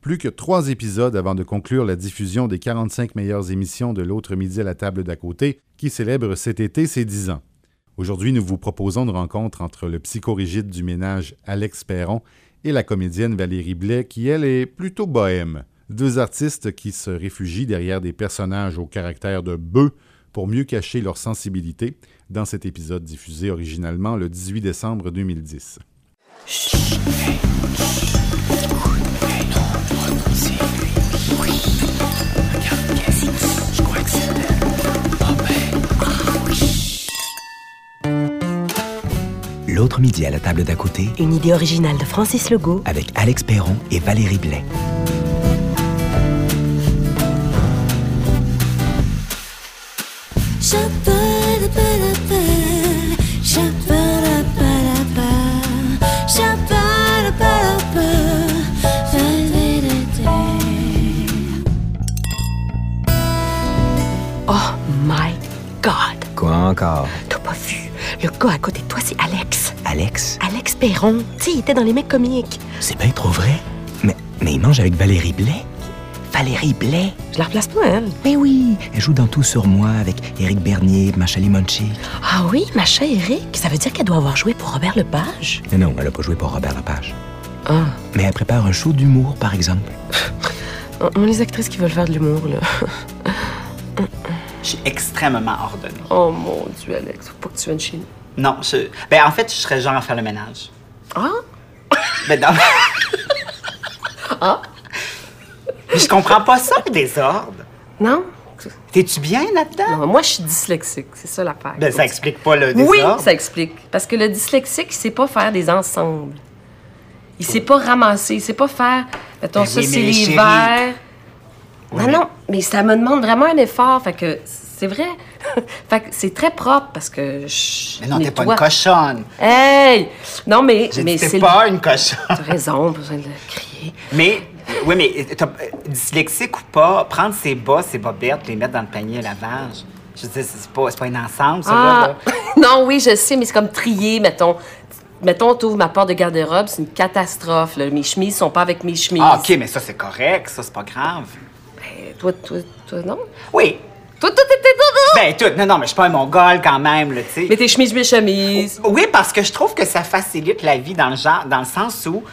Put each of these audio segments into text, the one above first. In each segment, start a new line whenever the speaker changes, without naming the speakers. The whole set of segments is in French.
Plus que trois épisodes avant de conclure la diffusion des 45 meilleures émissions de l'autre midi à la table d'à côté, qui célèbre cet été ses 10 ans. Aujourd'hui, nous vous proposons une rencontre entre le psychorigide du ménage Alex Perron et la comédienne Valérie Blais, qui elle est plutôt bohème. Deux artistes qui se réfugient derrière des personnages au caractère de bœufs pour mieux cacher leur sensibilité dans cet épisode diffusé originalement le 18 décembre 2010.
L'autre midi à la table d'à côté,
Une idée originale de Francis Legault.
avec Alex Perron et Valérie Blais.
Shabba-da-ba-da-ba, shabba-da-ba-da-ba, shabba-da-ba-da-ba, ba-da-da-da.
Oh my God!
Quoi encore?
T'as pas vu? Le gars à côté de toi, c'est Alex.
Alex,
Alex Perron. Tu sais, il était dans les mecs comiques.
c'est bien trop vrai. Mais, mais il mange avec Valérie Blais? Valérie Blais?
Je la replace pas, elle.
Mais oui, elle joue dans Tout sur moi avec Éric Bernier, Macha Limonchi.
Ah oui, ma chère Eric, ça veut dire qu'elle doit avoir joué pour Robert Lepage?
Mais non, elle a pas joué pour Robert Lepage.
Ah,
Mais elle prépare un show d'humour, par exemple.
on, on les actrices qui veulent faire de l'humour, là.
Je suis extrêmement ordonnée.
Oh mon Dieu, Alex, faut pas que tu viennes chez nous.
Non, je... Ben, en fait, je serais genre à faire le ménage.
Ah?
Ben, non.
Ah?
Mais je comprends pas ça, le désordre.
Non?
T'es-tu bien là-dedans?
Non, Ah, moi, je suis dyslexique, c'est ça l'affaire.
Ben, ça explique pas le
Oui,
désordre.
ça explique. Parce que le dyslexique, il sait pas faire des ensembles. Il sait pas ramasser, il sait pas faire. Mettons,
Ben
ça,
oui, mais
c'est les
chérie.
verres.
Oui,
non,
mais-
non, mais ça me demande vraiment un effort. Fait que c'est vrai. fait que c'est très propre parce que je.
Mais non, t'es pas une
nettoie.
cochonne.
Hey! Non, mais,
J'ai
mais
dit,
c'est.
t'es
le-
pas une cochonne.
T'as raison, pas besoin de le crier.
Mais, oui, mais t'as- euh, dyslexique ou pas, prendre ses bas, ses bobettes, les mettre dans le panier à lavage. Je veux dire, c'est pas, c'est pas un ensemble, ça,
Ah!
là.
non, oui, je sais, mais c'est comme trier, mettons. Mettons, t'ouvres ma porte de garde-robe, c'est une catastrophe. là. Mes chemises sont pas avec mes chemises.
Ah, OK, mais ça, c'est correct. Ça, c'est pas grave.
Euh, Toi, toi, toi, non?
Oui.
Toi, toi, toi, toi, toi, toi.
Ben, tout. Non, non, mais je suis pas un mongol quand même, là, tu sais.
Mais tes chemises, mes chemises.
Oui, parce que je trouve que ça facilite la vie dans le genre, dans le sens où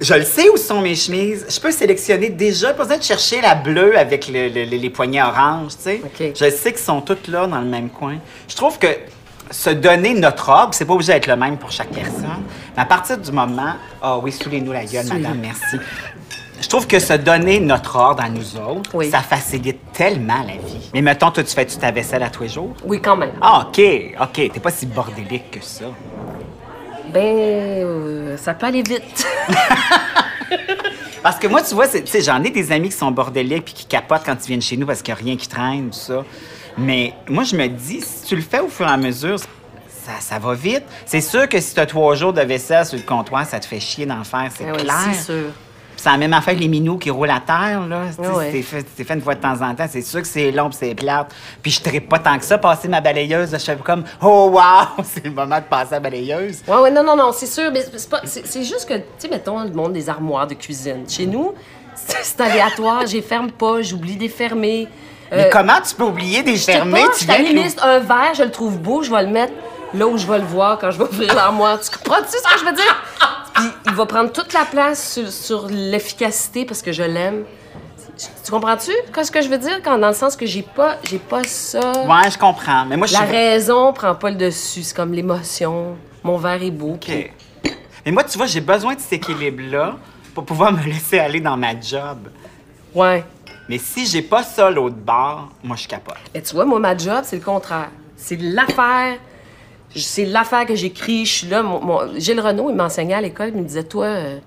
je le sais où sont mes chemises. Je peux sélectionner déjà, pas besoin de chercher la bleue avec le- le- le- les poignets oranges, tu sais.
OK.
Je sais qu'ils sont toutes là dans le même coin. Je trouve que se donner notre ordre, c'est pas obligé d'être le même pour chaque personne. Mais à partir du moment, ah oui, soulez-nous la gueule, madame, merci. Je trouve que se donner notre ordre à nous autres,
Oui.
ça facilite tellement la vie. Mais mettons, toi, tu fais-tu ta vaisselle à tous les jours?
Oui, quand même.
Ah, OK, OK, t'es pas si bordélique que ça.
Ben, euh, ça peut aller vite.
Parce que moi, tu vois, c'est- tu sais, j'en ai des amis qui sont bordéliques puis qui capotent quand ils viennent chez nous parce qu'il n'y a rien qui traîne, tout ça. Mais moi, je me dis, si tu le fais au fur et à mesure, ça, ça va vite. C'est sûr que si tu as trois jours de vaisselle sur le comptoir, ça te fait chier d'en faire, c'est
Ben oui,
clair.
c'est sûr.
Puis C'est la même affaire que les minous qui roulent à terre, là. Tu sais,
Ah ouais.
C'est fait, c'est fait une fois de temps en temps. C'est sûr que c'est long puis c'est plate. Puis je trippe pas tant que ça, passer ma balayeuse. Je suis comme, oh wow, c'est le moment de passer la balayeuse.
Ouais, ouais, non, non, non, c'est sûr. Mais c'est pas- c'est c'est juste que, tu sais, mettons, le monde des armoires de cuisine. Chez nous, c'est c'est aléatoire. J'ai ferme pas, j'oublie des fermés.
Mais comment tu peux oublier des
Je sais
fermés?
Euh, pas,
Tu
je t'allume
viens de-
juste un verre, je le trouve beau, je vais le mettre là où je vais le voir quand je vais ouvrir l'armoire. Tu comprends-tu ce que je veux dire? Puis il va prendre toute la place sur, sur l'efficacité parce que je l'aime. Tu comprends-tu quand- ce que je veux dire? Quand, dans le sens que j'ai pas, j'ai pas ça.
Ouais, je comprends. Mais moi, je
La
suis.
raison prend pas le dessus. C'est comme l'émotion. Mon verre est beau. puis-
OK. Mais moi, tu vois, j'ai besoin de cet équilibre-là pour pouvoir me laisser aller dans ma job.
Ouais.
Mais si j'ai pas ça l'autre bord, moi, je capote.
Mais tu vois, moi, ma job, c'est le contraire. C'est l'affaire. C'est l'affaire que j'écris. Je suis là. Mon, mon- Gilles Renaud, il m'enseignait à l'école. Il me disait Toi, euh,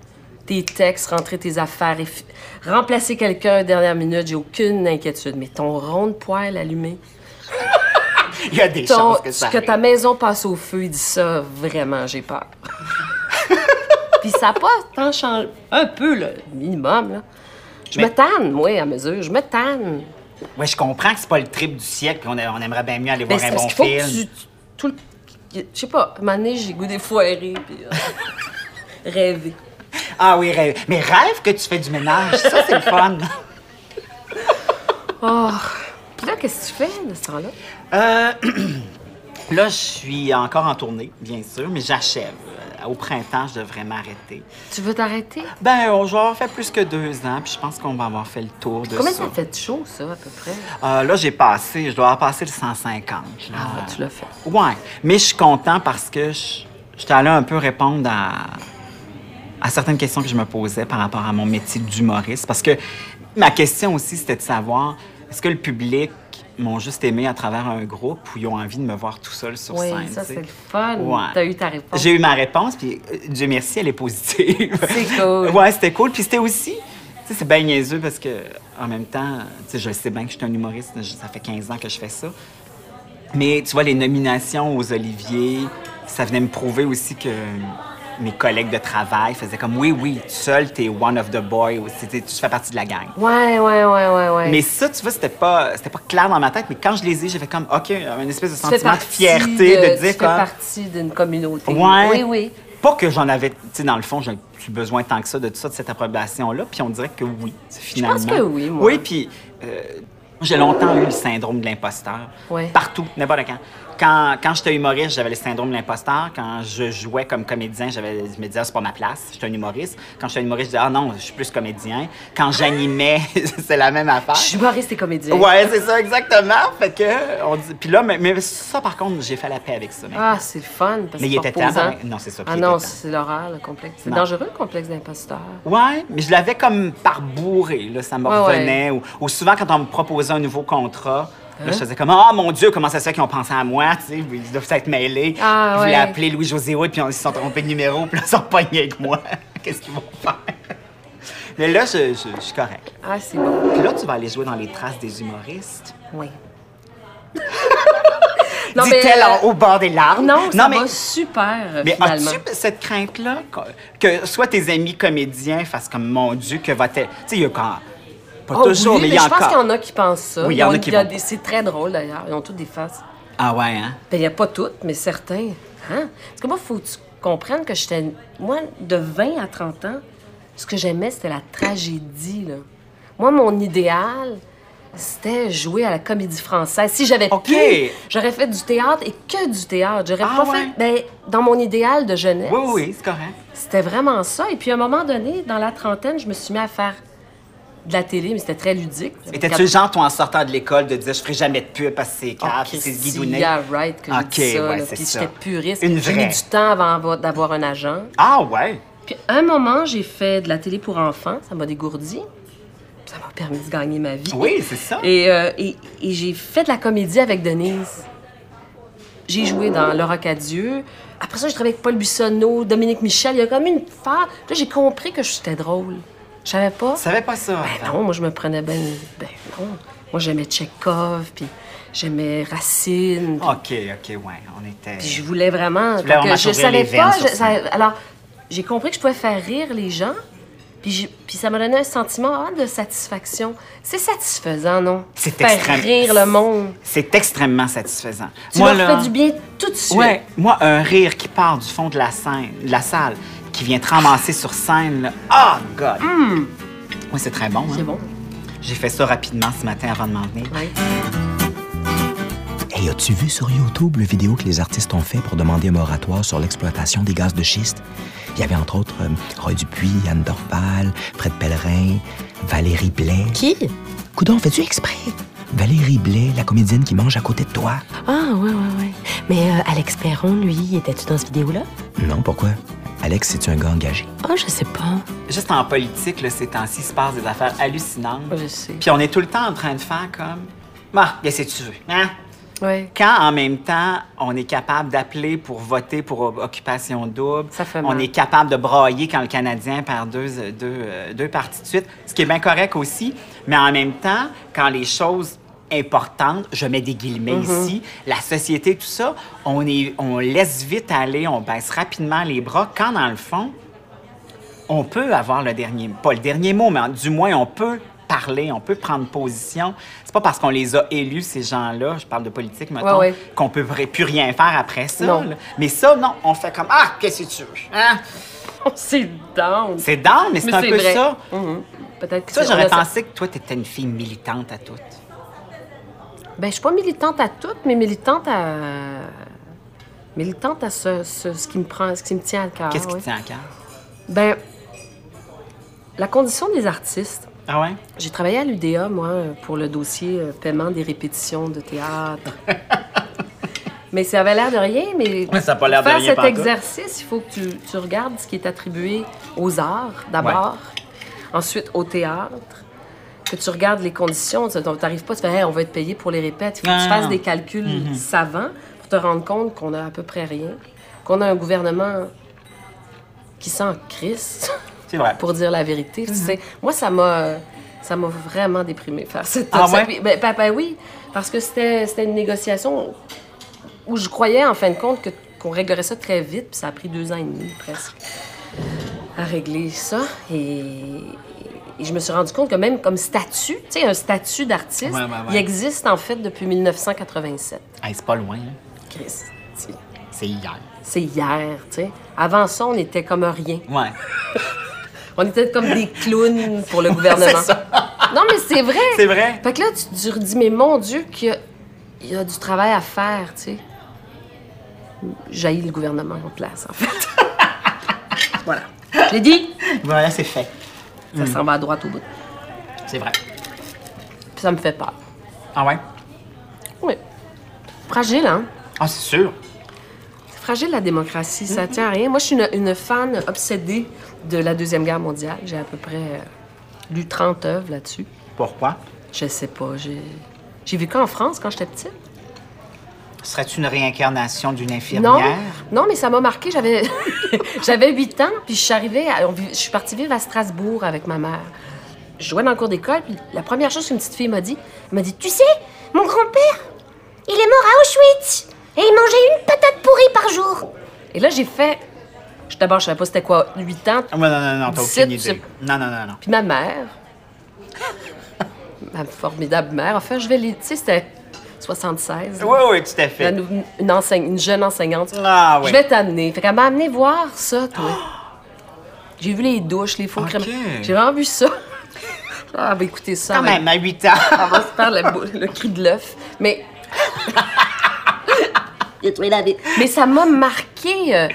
tes textes, rentrer tes affaires, et fi- remplacer quelqu'un à dernière minute, j'ai aucune inquiétude. Mais ton rond de poêle allumé,
Il y a des
ton,
choses que ça.
que ta
arrive.
maison passe au feu, il dit ça, vraiment, j'ai peur. Puis ça n'a pas tant changé. Un peu, là, minimum. Là. Je
Mais-
me tanne, moi, à mesure. Je me tanne.
Ouais, je comprends que c'est pas le trip du siècle, puis on, a- on aimerait bien mieux aller
Ben,
voir
c'est
un
parce
bon
qu'il
film.
faut que tu- tu- tout le- Je sais pas, à un moment donné, j'ai le goût des foirés, puis euh, rêver.
Ah oui, rêve. Mais rêve que tu fais du ménage. Ça, c'est le fun.
Oh. Puis là, qu'est-ce que tu fais de ce temps-là?
Euh, là, je suis encore en tournée, bien sûr, mais j'achève. Euh, Au printemps, je devrais m'arrêter.
Tu veux t'arrêter?
Ben, on va avoir fait plus que deux ans, puis je pense qu'on va avoir fait le tour de
Combien
ça.
ça fait de chaud, ça, à peu près?
Euh, là, j'ai passé, je dois avoir passé le 150. là.
Ah, tu l'as fait.
Ouais, mais je suis content parce que je j'étais allé un peu répondre à, à certaines questions que je me posais par rapport à mon métier d'humoriste. Parce que ma question aussi, c'était de savoir est-ce que le public m'ont juste aimé à travers un groupe ou ils ont envie de me voir tout seul sur
Oui,
scène?
ça,
tu sais?
c'est le fun.
Ouais.
T'as eu ta réponse.
J'ai eu ma réponse, puis euh, Dieu merci, elle est positive.
C'est cool.
ouais, c'était cool. Puis c'était aussi, tu sais, c'est bien niaiseux parce que, en même temps, tu sais, je sais bien que je suis un humoriste, je- ça fait 15 ans que je fais ça. Mais tu vois, les nominations aux Oliviers, ça venait me prouver aussi que mes collègues de travail faisaient comme oui, oui, seul, t'es one of the boys, tu sais, tu fais partie de la gang.
Ouais, ouais, ouais, ouais, ouais.
Mais ça, tu vois, c'était pas, c'était pas clair dans ma tête, mais quand je les ai, j'avais comme, OK, une espèce de
Tu fais
sentiment de
partie
fierté, de,
Tu
dire
fais
comme.
partie d'une communauté.
Ouais.
Oui, oui.
Pas que j'en avais, tu sais, dans le fond, j'ai eu besoin tant que ça de tout ça, de cette approbation-là, puis on dirait que oui, finalement.
pense que oui, moi.
Oui, puis euh, j'ai longtemps eu le syndrome de l'imposteur.
Ouais.
Partout, n'importe quand. Quand, quand j'étais humoriste, j'avais le syndrome de l'imposteur. Quand je jouais comme comédien, j'avais, je me disais, Ah, c'est pas ma place, je suis un humoriste. Quand j'étais humoriste, je disais, ah non, je suis plus comédien. Quand j'animais, c'est la même affaire.
Je suis humoriste et comédien.
Ouais, c'est ça, exactement. Fait que, on dit. Puis là, mais, mais ça, par contre, j'ai fait la paix avec ça. maintenant.
Ah, c'est le fun. Parce
Mais
que
il
c'est
était
reposant.
temps, ben, non, c'est ça, puis
Ah
il
non,
était temps.
c'est l'horaire, le complexe. C'est
Non.
dangereux, le complexe d'imposteur.
Ouais, mais je l'avais comme parbourré, là, ça me
Ouais, ouais.
revenait. Ou, ou souvent, quand on me proposait un nouveau contrat,
Hein?
là, je faisais comme Ah, mon Dieu, comment ça se fait qu'ils ont pensé à moi, tu sais, ils doivent s'être mêlés.
Ah,
ils voulaient
ouais.
appeler Louis-José Hood, puis on- ils se sont trompés de numéro, puis là, ils sont pognés avec moi. Qu'est-ce qu'ils vont faire? Mais là, je, je, je suis correct.
Ah, c'est bon.
Puis là, tu vas aller jouer dans les traces des humoristes.
Oui.
Dit-elle
euh,
en- au bord des larmes.
Non, ça
mais,
va super, euh,
mais
finalement.
as-tu cette crainte-là? que- Que soit tes amis comédiens fassent comme Mon Dieu, que va-t-elle. Tu sais, il y a quand. Pas
Oh,
toujours,
oui,
mais il y a
je pense
encore.
qu'il y en a qui pensent ça.
Oui, il y en a
Ils ont-
qui
il y a
vont-
des- C'est très drôle, d'ailleurs. Ils ont toutes des faces.
Ah ouais, hein?
Ben, il n'y a pas toutes, mais certains. Hein? Parce que moi, faut que tu comprennes que j'étais. Moi, de 20 à 30 ans, ce que j'aimais, c'était la tragédie, là. Moi, mon idéal, c'était jouer à la comédie française. Si j'avais
OK.
pu, j'aurais fait du théâtre et que du théâtre. J'aurais
Ah
pas
ouais.
fait. Ben, dans mon idéal de jeunesse,
Oui, oui, c'est correct.
c'était vraiment ça. Et puis, à un moment donné, dans la trentaine, je me suis mis à faire de la télé, mais c'était très ludique.
Étais-tu le genre, toi, en sortant de l'école, de dire je ferai jamais de pub parce que c'est
Ah,
cave, c'est
Christy,
guidounet?
yeah, right, que j'ai
Ok,
dit ça.
ouais,
là.
c'est
Puis
ça.
j'étais puriste.
Une
J'ai
vraie.
mis du temps avant avo- d'avoir un agent.
Ah ouais?
Puis à un moment, j'ai fait de la télé pour enfants. Ça m'a dégourdi. Ça m'a permis de gagner ma vie.
Oui, c'est ça.
Et, euh, et- et j'ai fait de la comédie avec Denise. J'ai joué dans Laura Cadieux. Après ça, j'ai travaillé avec Paul Buissonneau, Dominique Michel. Il y a comme une phase. Là, j'ai compris que j'étais drôle. Je savais pas.
Tu savais pas ça?
Ben
avant?
non, moi je me prenais ben, ben non. Moi j'aimais Tchekhov, puis j'aimais Racine. puis-
Ok, ok, ouais, on était.
Puis je voulais vraiment.
voulais
donc,
vraiment
je
t'ouvrir
savais
les veines
pas.
sur
je-
ça.
ça- alors, j'ai compris que je pouvais faire rire les gens. Puis, j'ai- puis ça m'a donné un sentiment ah, de satisfaction. C'est satisfaisant, non?
C'est
Faire
extrême-
rire le monde.
C'est extrêmement satisfaisant.
Tu leur fais du bien tout de suite.
Ouais, moi, un rire qui part du fond de la scène, de la salle, qui vient te ramasser sur scène, là. Ah, God! Oui, c'est très bon, hein?
Hmm. C'est bon.
J'ai fait ça rapidement ce matin avant de m'en venir.
Ouais.
Hey, as-tu vu sur YouTube le vidéo que les artistes ont fait pour demander un moratoire sur l'exploitation des gaz de schiste? Il y avait entre autres euh, Roy Dupuis, Anne Dorval, Fred Pellerin, Valérie Blais.
Qui?
Coudon, fais-tu exprès? Valérie Blais, la comédienne qui mange à côté de toi.
Ah, ouais, ouais, ouais. Mais euh, Alex Perron, lui, était-tu dans cette vidéo-là?
Non, pourquoi? Alex, c'est un gars engagé.
Ah, je sais pas.
Juste en politique, là, ces temps-ci, il se passe des affaires hallucinantes.
Je sais.
Puis on est tout le temps en train de faire comme. Bah, bien, c'est tu veux. Hein?
Ouais.
Quand en même temps, on est capable d'appeler pour voter pour o- occupation double,
Ça fait
on
mal.
est capable de brailler quand le Canadien perd deux, euh, deux, euh, deux parties de suite, ce qui est bien correct aussi, mais en même temps, quand les choses importantes, je mets des guillemets
Mm-hmm.
ici, la société, tout ça, on, est, on laisse vite aller, on baisse rapidement les bras, quand dans le fond, on peut avoir le dernier, pas le dernier mot, mais en- du moins on peut parler, on peut prendre position. C'est pas parce qu'on les a élus ces gens-là, je parle de politique maintenant,
Ouais, ouais.
qu'on peut vrai- plus rien faire après ça.
Non.
là. Mais ça, non, on fait comme ah qu'est-ce que tu veux, hein?
c'est down.
C'est down, mais c'est un peu
vrai.
ça.
Mhm. Peut-être que
Ça,
c'est-
j'aurais
on a-
pensé que toi, t'étais une fille militante à toutes.
Ben, je suis pas militante à tout, mais militante à. Militante à ce, ce- ce qui me prend, ce qui me tient à cœur.
Qu'est-ce qui
Ah oui.
te tient à cœur?
Ben, la condition des artistes.
Ah ouais?
J'ai travaillé à l'UDA, moi, pour le dossier euh, paiement des répétitions de théâtre. mais ça avait l'air de rien, mais
Ouais, ça a pas l'air de
faire
rien
cet
pantoute.
exercice, il faut que tu, tu regardes ce qui est attribué aux arts, d'abord, ensuite au théâtre, que tu regardes les conditions. Tu n'arrives pas, tu fais Hey, on va être payé pour les répètes ». Il faut que
Non,
tu
non,
fasses
non. Mm-hmm.
des calculs savants pour te rendre compte qu'on a à peu près rien, qu'on a un gouvernement qui s'en crisse
C'est vrai.
pour dire la vérité.
Uh-huh.
tu sais. Moi, ça m'a, ça m'a vraiment déprimée faire cette
Ah
ça.
ouais?
Puis, ben, ben, ben oui, parce que c'était, c'était une négociation où je croyais, en fin de compte, que, qu'on réglerait ça très vite, puis ça a pris deux ans et demi presque à régler ça. Et, et je me suis rendu compte que même comme statut, tu sais, un statut d'artiste,
Ouais, ouais, ouais.
il existe en fait depuis 1987.
Hey, c'est pas loin, hein.
Christ,
c'est hier.
c'est hier, tu sais. Avant ça, on était comme rien.
Ouais.
On était comme des clowns pour le gouvernement.
C'est ça.
Non, mais c'est vrai.
C'est vrai.
Fait que là, tu tu redis, mais mon Dieu, qu'il y a, il y a du travail à faire, tu sais. J'haïs le gouvernement en place, en fait. voilà. Je l'ai dit,
Voilà, c'est fait. Mm.
ça s'en va à droite au bout. Puis
C'est vrai.
ça me fait peur.
Ah ouais?
Oui. Fragile, hein?
Ah, c'est sûr.
C'est fragile, la démocratie.
Mm.
Ça tient à rien. Moi, je suis une, une fan obsédée de la Deuxième Guerre mondiale. J'ai à peu près euh, lu 30 œuvres là-dessus.
Pourquoi?
Je sais pas. J'ai, j'ai vécu en France quand j'étais petite.
Serais-tu une réincarnation d'une
Non,
infirmière?
non, mais ça m'a marqué. J'avais, j'avais 8 ans, puis je suis arrivée, à- on vit- je suis partie vivre à Strasbourg avec ma mère. Je jouais dans le cours d'école, puis la première chose qu'une petite fille m'a dit, elle m'a dit, tu sais,
Mon grand-père, il est mort à Auschwitz et il mangeait une patate pourrie par jour.
et là j'ai fait, je- d'abord je savais pas c'était quoi, 8 ans,
Ah, ouais, non, non, non, t'as
Dix-sept,
aucune idée. Non, non, non, non.
puis ma mère, ma formidable mère, enfin je vais les, tu sais c'était 76. là.
Oui, oui, tout à
La
fait.
nou- une, enseigne- une jeune enseignante.
Ah, oui.
Je vais t'amener. Fait qu'elle m'a amené voir ça, toi. J'ai vu les douches, les faux
Ok.
crèmes. J'ai vraiment vu ça. Ah, elle va écouter ça.
Quand
elle va-
même, à 8 ans.
Elle va se faire la bou- le cri de l'œuf. Mais, mais ça m'a marqué. euh,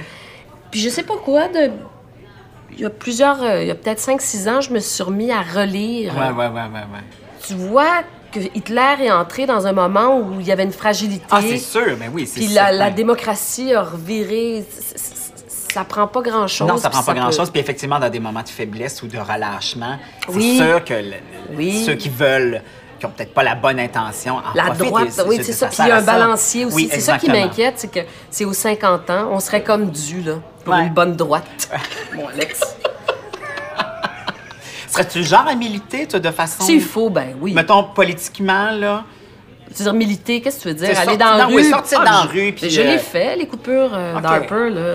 Puis je sais pas quoi, de... il y a plusieurs, euh, il y a peut-être 5-6 ans, je me suis remis à relire.
Ouais, ouais, ouais, ouais, ouais.
Tu vois que Hitler est entré dans un moment où il y avait une fragilité.
Ah, c'est sûr, Ben, mais oui, c'est
Puis la, la
certain.
démocratie a reviré. C- c- c- Ça prend pas grand-chose.
Non, ça prend
puis
pas grand-chose.
peut-
Puis effectivement, dans des moments de faiblesse ou de relâchement, c'est
Oui.
sûr que le- le-
Oui.
ceux qui veulent, qui ont peut-être pas la bonne intention, en
La
profitent,
droite,
et
oui, c'est ça. Puis il y
sert
a
à
un
ça.
balancier aussi.
Oui,
c'est ça qui
exactement.
m'inquiète, c'est que c'est aux 50 ans, on serait comme dû, là, pour
Ouais.
une bonne droite. Mon Alex.
Serais-tu le genre à militer, toi, de façon.
S'il faut, ben oui.
Mettons, politiquement, là.
Tu veux dire militer, qu'est-ce que tu veux dire?
C'est
Aller
sorti-
dans la
non,
rue. Ah,
oui, sortir dans la
je-
rue, puis,
mais je
euh,
l'ai fait, les coupures euh,
OK.
d'Harper, là.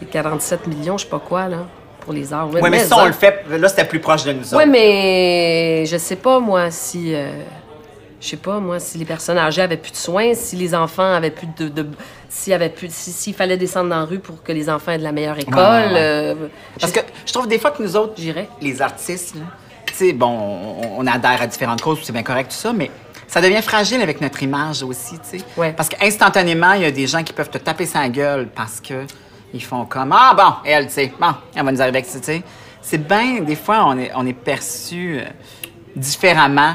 Les 47 millions, je sais pas quoi, là, pour les arts.
Oui, mais
mais
ça, on
ça-
le fait. Là, c'était plus proche de nous autres.
Ouais, mais je sais pas, moi, si. euh, je sais pas, moi, si les personnes âgées avaient plus de soins, si les enfants avaient plus de. de s'il y avait plus. si- S'il fallait descendre dans la rue pour que les enfants aient de la meilleure école.
ouais, ouais.
euh,
Parce que je trouve des fois que nous autres,
J'irais.
les artistes, là, tu sais, bon, on, on adhère à différentes causes, c'est bien correct tout ça, mais ça devient fragile avec notre image aussi, tu sais.
Ouais.
Parce qu'instantanément, il y a des gens qui peuvent te taper sa gueule parce que ils font comme ah bon, elle, tu sais, bon, elle va nous arriver avec ça, tu sais. C'est bien, des fois, on est, on est perçu euh, différemment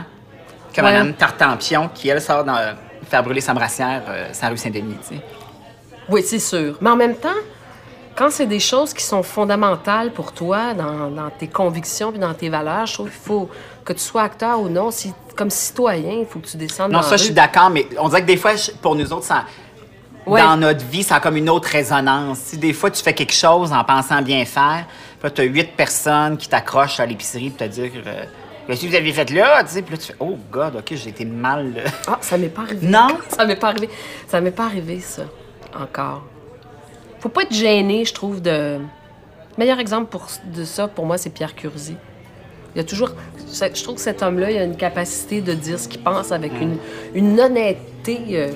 que
Ouais.
Madame Tartampion qui elle sort dans euh, faire brûler sa brassière, euh, sa rue Saint-Denis, tu sais.
Oui, c'est sûr. Mais en même temps, quand c'est des choses qui sont fondamentales pour toi, dans, dans tes convictions puis dans tes valeurs, je trouve qu'il faut que tu sois acteur ou non, si, comme citoyen, il faut que tu descendes
Non,
dans
ça,
la
je
rue.
suis d'accord, mais on dirait que des fois, je- pour nous autres, ça,
Ouais.
dans notre vie, ça a comme une autre résonance. Si des fois, tu fais quelque chose en pensant bien faire, puis là, tu as huit personnes qui t'accrochent à l'épicerie pour te dire euh, Qu'est-ce que vous avez fait là Tu sais, Puis là, tu fais Oh, God, OK, j'ai été mal. là.
Ah, ça m'est pas arrivé.
Non?
Ça m'est pas arrivé. Ça m'est pas arrivé, ça. Encore. Faut pas être gêné, je trouve, de. Meilleur exemple pour, de ça, pour moi, c'est Pierre Curzi. Il y a toujours. c'est- Je trouve que cet homme-là, il a une capacité de dire ce qu'il pense avec une, une honnêteté. euh,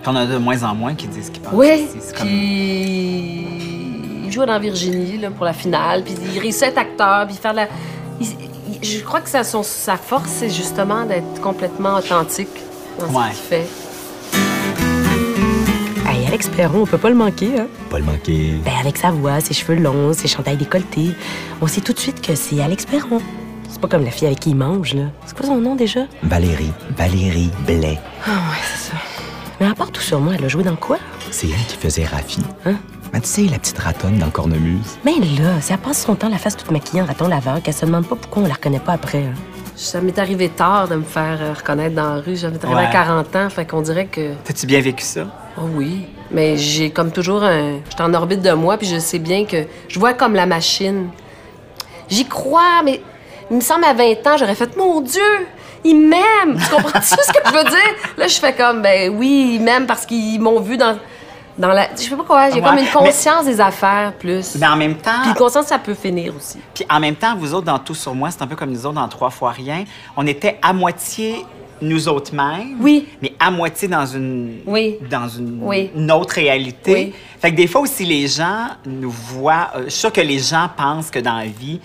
Puis on a de moins en moins qui disent ce qu'ils pensent.
oui,
aussi. C'est comme-
puis. Je jouait dans Virginie là, pour la finale, puis il réussissait à être acteur, puis faire de la. il- il- je crois que ça, son- sa force, c'est justement d'être complètement authentique dans
Ouais.
ce qu'il fait.
Hey, Alex Perron, on peut pas le manquer, hein?
Pas le manquer.
Ben, avec sa voix, ses cheveux longs, ses chandails décolletés, on sait tout de suite que c'est Alex Perron. C'est pas comme la fille avec qui il mange, là. C'est quoi son nom déjà?
Ben, Valérie, Valérie Blais.
Ah, ouais, c'est ça. Mais à part tout sur moi, elle a joué dans quoi?
C'est elle qui faisait Rafi.
Hein?
Mais tu sais, la petite ratonne dans Cornemuse.
Mais Ben, là, si elle passe son temps la face toute maquillée en raton laveur, qu'elle se demande pas pourquoi on la reconnaît pas après. hein.
Ça m'est arrivé tard de me faire euh, reconnaître dans la rue. J'avais travaillé
Ouais.
à 40 ans, fait qu'on dirait que.
T'as-tu bien vécu ça?
Oh oui. Mais j'ai comme toujours un. Je suis en orbite de moi, puis je sais bien que je vois comme la machine. J'y crois, mais il me semble à 20 ans, j'aurais fait Mon Dieu, il m'aime. Tu comprends ce que je veux dire? Là, je fais comme Ben oui, il m'aime parce qu'ils m'ont vu dans, dans la. Je sais pas quoi, j'ai
Ouais,
comme une
mais-
conscience des affaires plus.
Mais en même temps,
Puis une conscience, ça peut finir aussi.
puis en même temps, vous autres, dans Tout sur moi, c'est un peu comme nous autres dans Trois fois rien. On était à moitié nous autres mêmes.
Oui.
Mais à moitié dans une.
Oui.
Dans une,
Oui.
une autre réalité.
Oui.
Fait que des fois aussi, les gens nous voient. euh, je suis sûre que les gens pensent que dans la vie,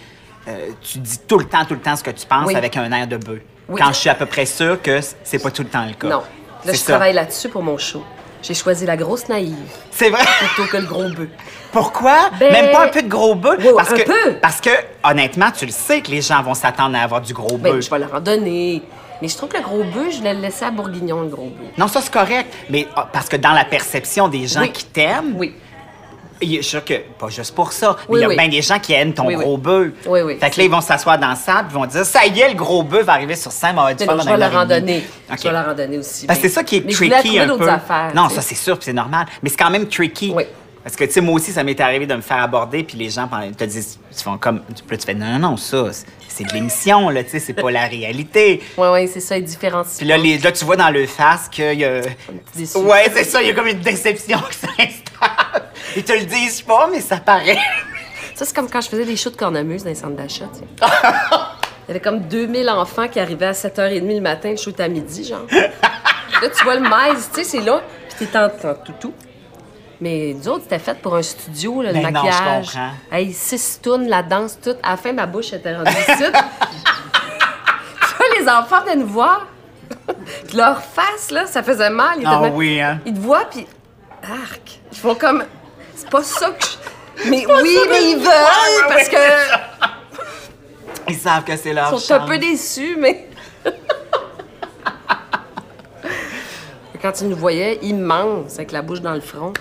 euh, tu dis tout le temps, tout le temps ce que tu penses
Oui.
avec un air de bœuf.
Oui.
Quand je suis à peu près sûre que c'est pas tout le temps le cas.
Non. Là,
C'est
je
ça.
travaille là-dessus pour mon show. J'ai choisi la grosse naïve
C'est vrai.
plutôt que le gros bœuf.
Pourquoi?
Ben-
Même pas un peu de gros bœuf?
Oui,
parce
un
que,
peu.
Parce que, honnêtement, tu le sais que les gens vont s'attendre à avoir du gros
Ben,
bœuf.
je vais leur en donner. Mais je trouve que le gros bœuf, je l'ai laissé à Bourguignon, le gros bœuf.
Non, ça, c'est correct. Mais ah, parce que dans la perception des gens
Oui.
qui t'aiment,
Oui.
il y a- je suis sûre que, pas juste pour ça, mais
Oui,
il y a
oui.
bien des gens qui aiment ton
Oui, oui.
gros bœuf.
Oui, oui.
Fait que là, ils vont s'asseoir dans la salle puis ils vont dire Ça y est, le gros bœuf va arriver sur scène, on va
Mais
être
non, je vais leur en donner.
OK.
Je vais leur en donner aussi.
Parce que
mais-
c'est ça qui est
mais je voulais
tricky
trouver
un
d'autres
peu.
affaires,
non,
tu
ça
sais.
c'est sûr, puis c'est normal, mais c'est quand même tricky.
Oui.
Parce que tu sais moi aussi ça m'est arrivé de me faire aborder puis les gens pendant- te disent tu font comme tu puis là, tu fais non non non ça c'est- c'est de l'émission là, tu sais c'est pas la réalité.
Ouais, ouais, c'est ça, ils différencient.
Puis là, les- là, tu vois dans le face qu'il y a.
petit déçu.
Ouais, c'est ça, il y a comme une déception qui s'installe. Ils te le disent pas, mais ça paraît.
Ça, c'est comme quand je faisais des shows de cornemuse dans les centres d'achat, tu sais. Il y avait comme 2000 enfants qui arrivaient à 7h30 le matin, le show était à midi, genre. là, tu vois le maïs, tu sais, c'est là, puis t'es en, en toutou. Mais nous autres, c'était fait pour un studio, là, le
Mais Ben non, je
maquillage.
comprends.
Hey, six tunes, la danse, tout. À la fin, ma bouche était rendue ici. Puis là, les enfants venaient nous voir. puis leur face, là, ça faisait mal. Ils étaient
Ah
même-
oui, hein?
Ils te voient, puis... Arc! Ils font comme... C'est pas ça que je... Mais oui, mais ils veulent, parce que...
Ils savent que c'est leur
Ils sont un
chance.
peu déçus, mais. Quand ils nous voyaient immenses, avec la bouche dans le front,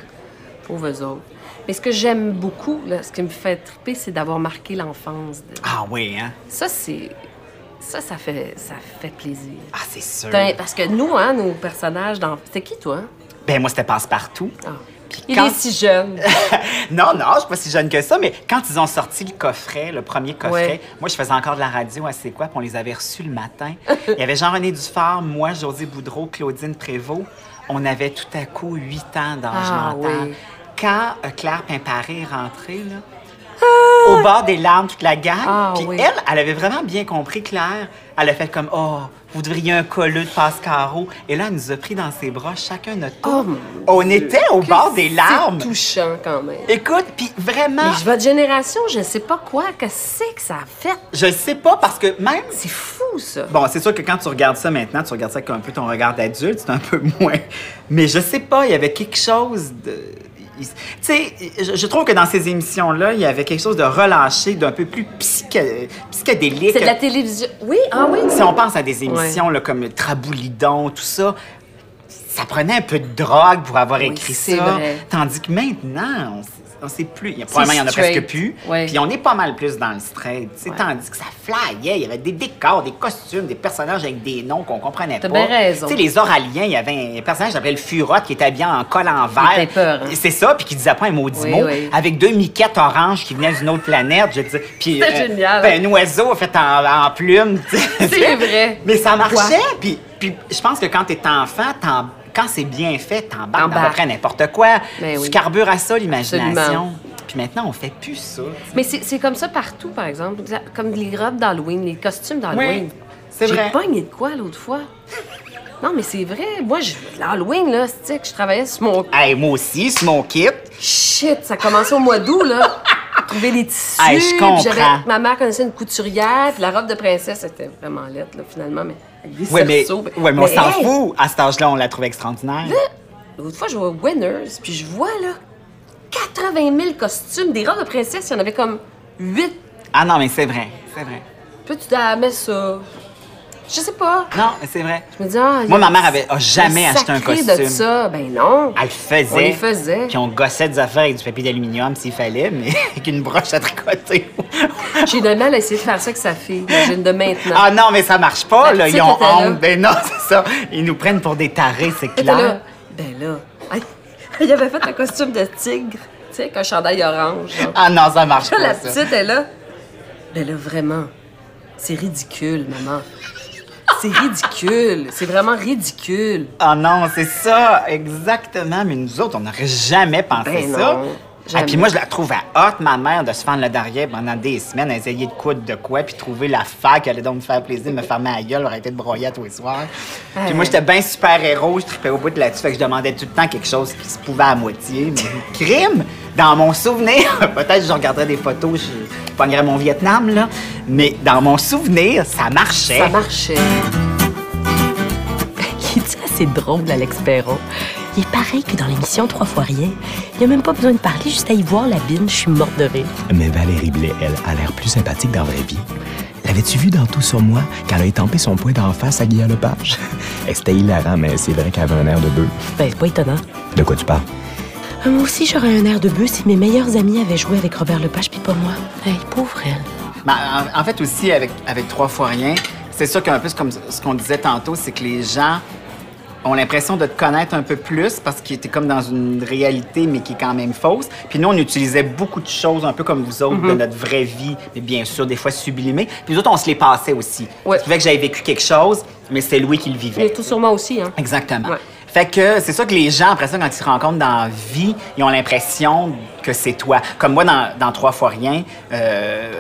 pauvres autres. Mais ce que j'aime beaucoup, là, ce qui me fait triper, c'est d'avoir marqué l'enfance. de-
Ah oui, hein?
Ça, c'est. Ça, ça fait, ça fait plaisir.
Ah, c'est sûr.
T'as- Parce que nous, hein, nos personnages dans. C'était qui, toi? hein?
Ben, moi, c'était passe-partout.
Ah.
Puis
Il
quand-
est si jeune.
non, non, je suis pas si jeune que ça, mais quand ils ont sorti le coffret, le premier coffret,
Ouais.
moi, je faisais encore de la radio à C'est quoi, puis on les avait reçus le matin. Il y avait Jean-René Dufort, moi, José Boudreau, Claudine Prévost. On avait tout à coup huit ans d'âge
Ah,
mental.
oui.
Quand euh, Claire Pimparé est rentrée, là, au bord des larmes, toute la gang,
Ah,
puis
oui.
elle, elle avait vraiment bien compris, Claire. Elle a fait comme, oh, vous devriez un colleux de passe-carreau. Et là, elle nous a pris dans ses bras, chacun notre tour.
Oh, mon
on était au bord des larmes.
C'est touchant, quand même.
Écoute, puis vraiment,
Mais je- votre génération, je sais pas quoi, que c'est que ça a fait.
je le sais pas parce que même.
C'est fou, ça.
Bon, c'est sûr que quand tu regardes ça maintenant, tu regardes ça avec un peu ton regard d'adulte, c'est un peu moins. Mais je sais pas, il y avait quelque chose de. il- Tu sais, je, je trouve que dans ces émissions-là, il y avait quelque chose de relâché, d'un peu plus psyché- psychédélique.
C'est de la télévision. Oui, ah oui.
Si on pense à des émissions là, comme Traboulidon, tout ça, ça prenait un peu de drogue pour avoir écrit
c'est
ça.
vrai.
Tandis que maintenant, on s- on sait plus. Il y a, probablement, il y en a
straight.
presque plus.
Ouais.
Puis on est pas mal plus dans le straight. tu sais. Tandis que ça flyait. Il y avait des décors, des costumes, des personnages avec des noms qu'on comprenait
T'as
pas.
bien raison.
Tu sais, les Oraliens, il y avait un personnage qui s'appelait le Furotte qui était habillé en col en
était
verre.
peur, hein.
C'est ça, puis qui disait pas un maudit
Oui,
mot.
oui.
Avec deux miquettes oranges qui venaient d'une autre planète. Je dis, puis,
C'était génial.
ben, un oiseau fait en, en plume. tu sais.
C'est vrai.
Mais ça marchait.
Ouais.
Puis, puis je pense que quand t'es enfant, t'en- quand c'est bien fait, t'embarques à peu
T'embarques.
près n'importe quoi.
Mais
tu
oui.
carbures à ça l'imagination.
Absolument.
Puis maintenant, on fait plus ça.
Mais c'est c'est comme ça partout, par exemple. Comme les robes d'Halloween, les costumes d'Halloween.
Oui, c'est vrai.
J'ai pogné de quoi l'autre fois? Non, mais c'est vrai. Moi, je, l'Halloween, là, c'est que je travaillais sur mon
Hey, moi aussi, c'est mon kit.
Shit, ça commençait au mois d'août, là. Trouver les tissus.
Hey, je
puis
comprends.
j'avais- Ma mère connaissait une couturière, puis la robe de princesse était vraiment laide, là, finalement, mais avec des
Ouais, mais,
cerceaux, puis-
ouais, mais on s'en
hey,
fout. À cet âge-là, on la trouve extraordinaire.
L'autre fois, je vois Winners, puis je vois, là, 80 000 costumes. Des robes de princesse, il y en avait comme 8.
Ah non, mais c'est vrai. C'est vrai.
Puis tu t'as mets ça. Je sais pas.
Non, mais c'est vrai.
Je me dis, ah,
Moi,
il y
ma mère avait- a jamais
le
acheté un
sacré de
costume.
ça. Ben non.
Elle le faisait.
On les faisait.
Puis on gossait des affaires avec du papier d'aluminium s'il fallait, mais avec une broche à tricoter.
J'ai de mal à essayer de faire ça avec sa fille. J'ai de maintenant.
ah non, mais ça marche pas,
La
là.
petite
Ils ont honte.
était là.
Ben non, c'est ça. Ils nous prennent pour des tarés, c'est
Elle était
clair.
là. Ben là. elle- Elle avait fait un costume de tigre, tu sais, avec un chandail orange. genre.
Ah non, ça marche
Là,
pas.
la
ça.
petite est là. Ben là, vraiment. C'est ridicule, maman. C'est ridicule. C'est vraiment ridicule.
Ah non, c'est ça, exactement. Mais nous autres, on n'aurait jamais pensé
Ben
ça.
non,
Ah,
jamais.
puis moi, je la trouve à hot, ma mère, de se fendre le derrière pendant des semaines, à essayer de coudre de quoi, puis trouver la fac, elle allait donc me faire plaisir, me faire ma gueule, arrêter de broyer à tous les soirs. Puis moi, j'étais bien super-héros, je tripais au bout de là-dessus, fait que je demandais tout le temps quelque chose qui se pouvait à moitié. Mais crime, dans mon souvenir, peut-être que je regarderais des photos, je pognerais mon Vietnam, là, mais dans mon souvenir, ça marchait.
Ça marchait.
Il est assez drôle, Alex Perron. Il est pareil que dans l'émission Trois fois rien. Il n'a même pas besoin de parler, juste à y voir la bine, je suis morte de rire.
Mais Valérie Blais, elle, a l'air plus sympathique dans la vraie vie. L'avais-tu vu dans Tout sur moi quand elle a étampé son poing d'en face à Guillaume Lepage? Eh, C'était hilarant, mais c'est vrai qu'elle avait un air de bœuf.
Ben, c'est pas étonnant.
De quoi tu parles?
Euh, Moi aussi, j'aurais un air de bœuf si mes meilleurs amis avaient joué avec Robert Lepage, puis pas moi. Hey, pauvre elle.
Ben, en, en fait, aussi, avec, avec Trois fois rien, c'est sûr qu'un peu c'est comme ce qu'on disait tantôt, c'est que les gens ont l'impression de te connaître un peu plus parce qu'ils étaient comme dans une réalité, mais qui est quand même fausse. Puis nous, on utilisait beaucoup de choses, un peu comme vous autres, de notre vraie vie, mais bien sûr, des fois sublimées. Puis nous autres, on se les passait aussi.
Ouais.
Je trouvais que j'avais vécu quelque chose, mais c'est Louis qui le vivait.
Mais tout sur moi aussi, hein.
Exactement.
Ouais.
Fait que c'est sûr que les gens, après ça, quand ils se rencontrent dans la vie, ils ont l'impression que c'est toi. Comme moi, dans, dans Trois fois rien, euh,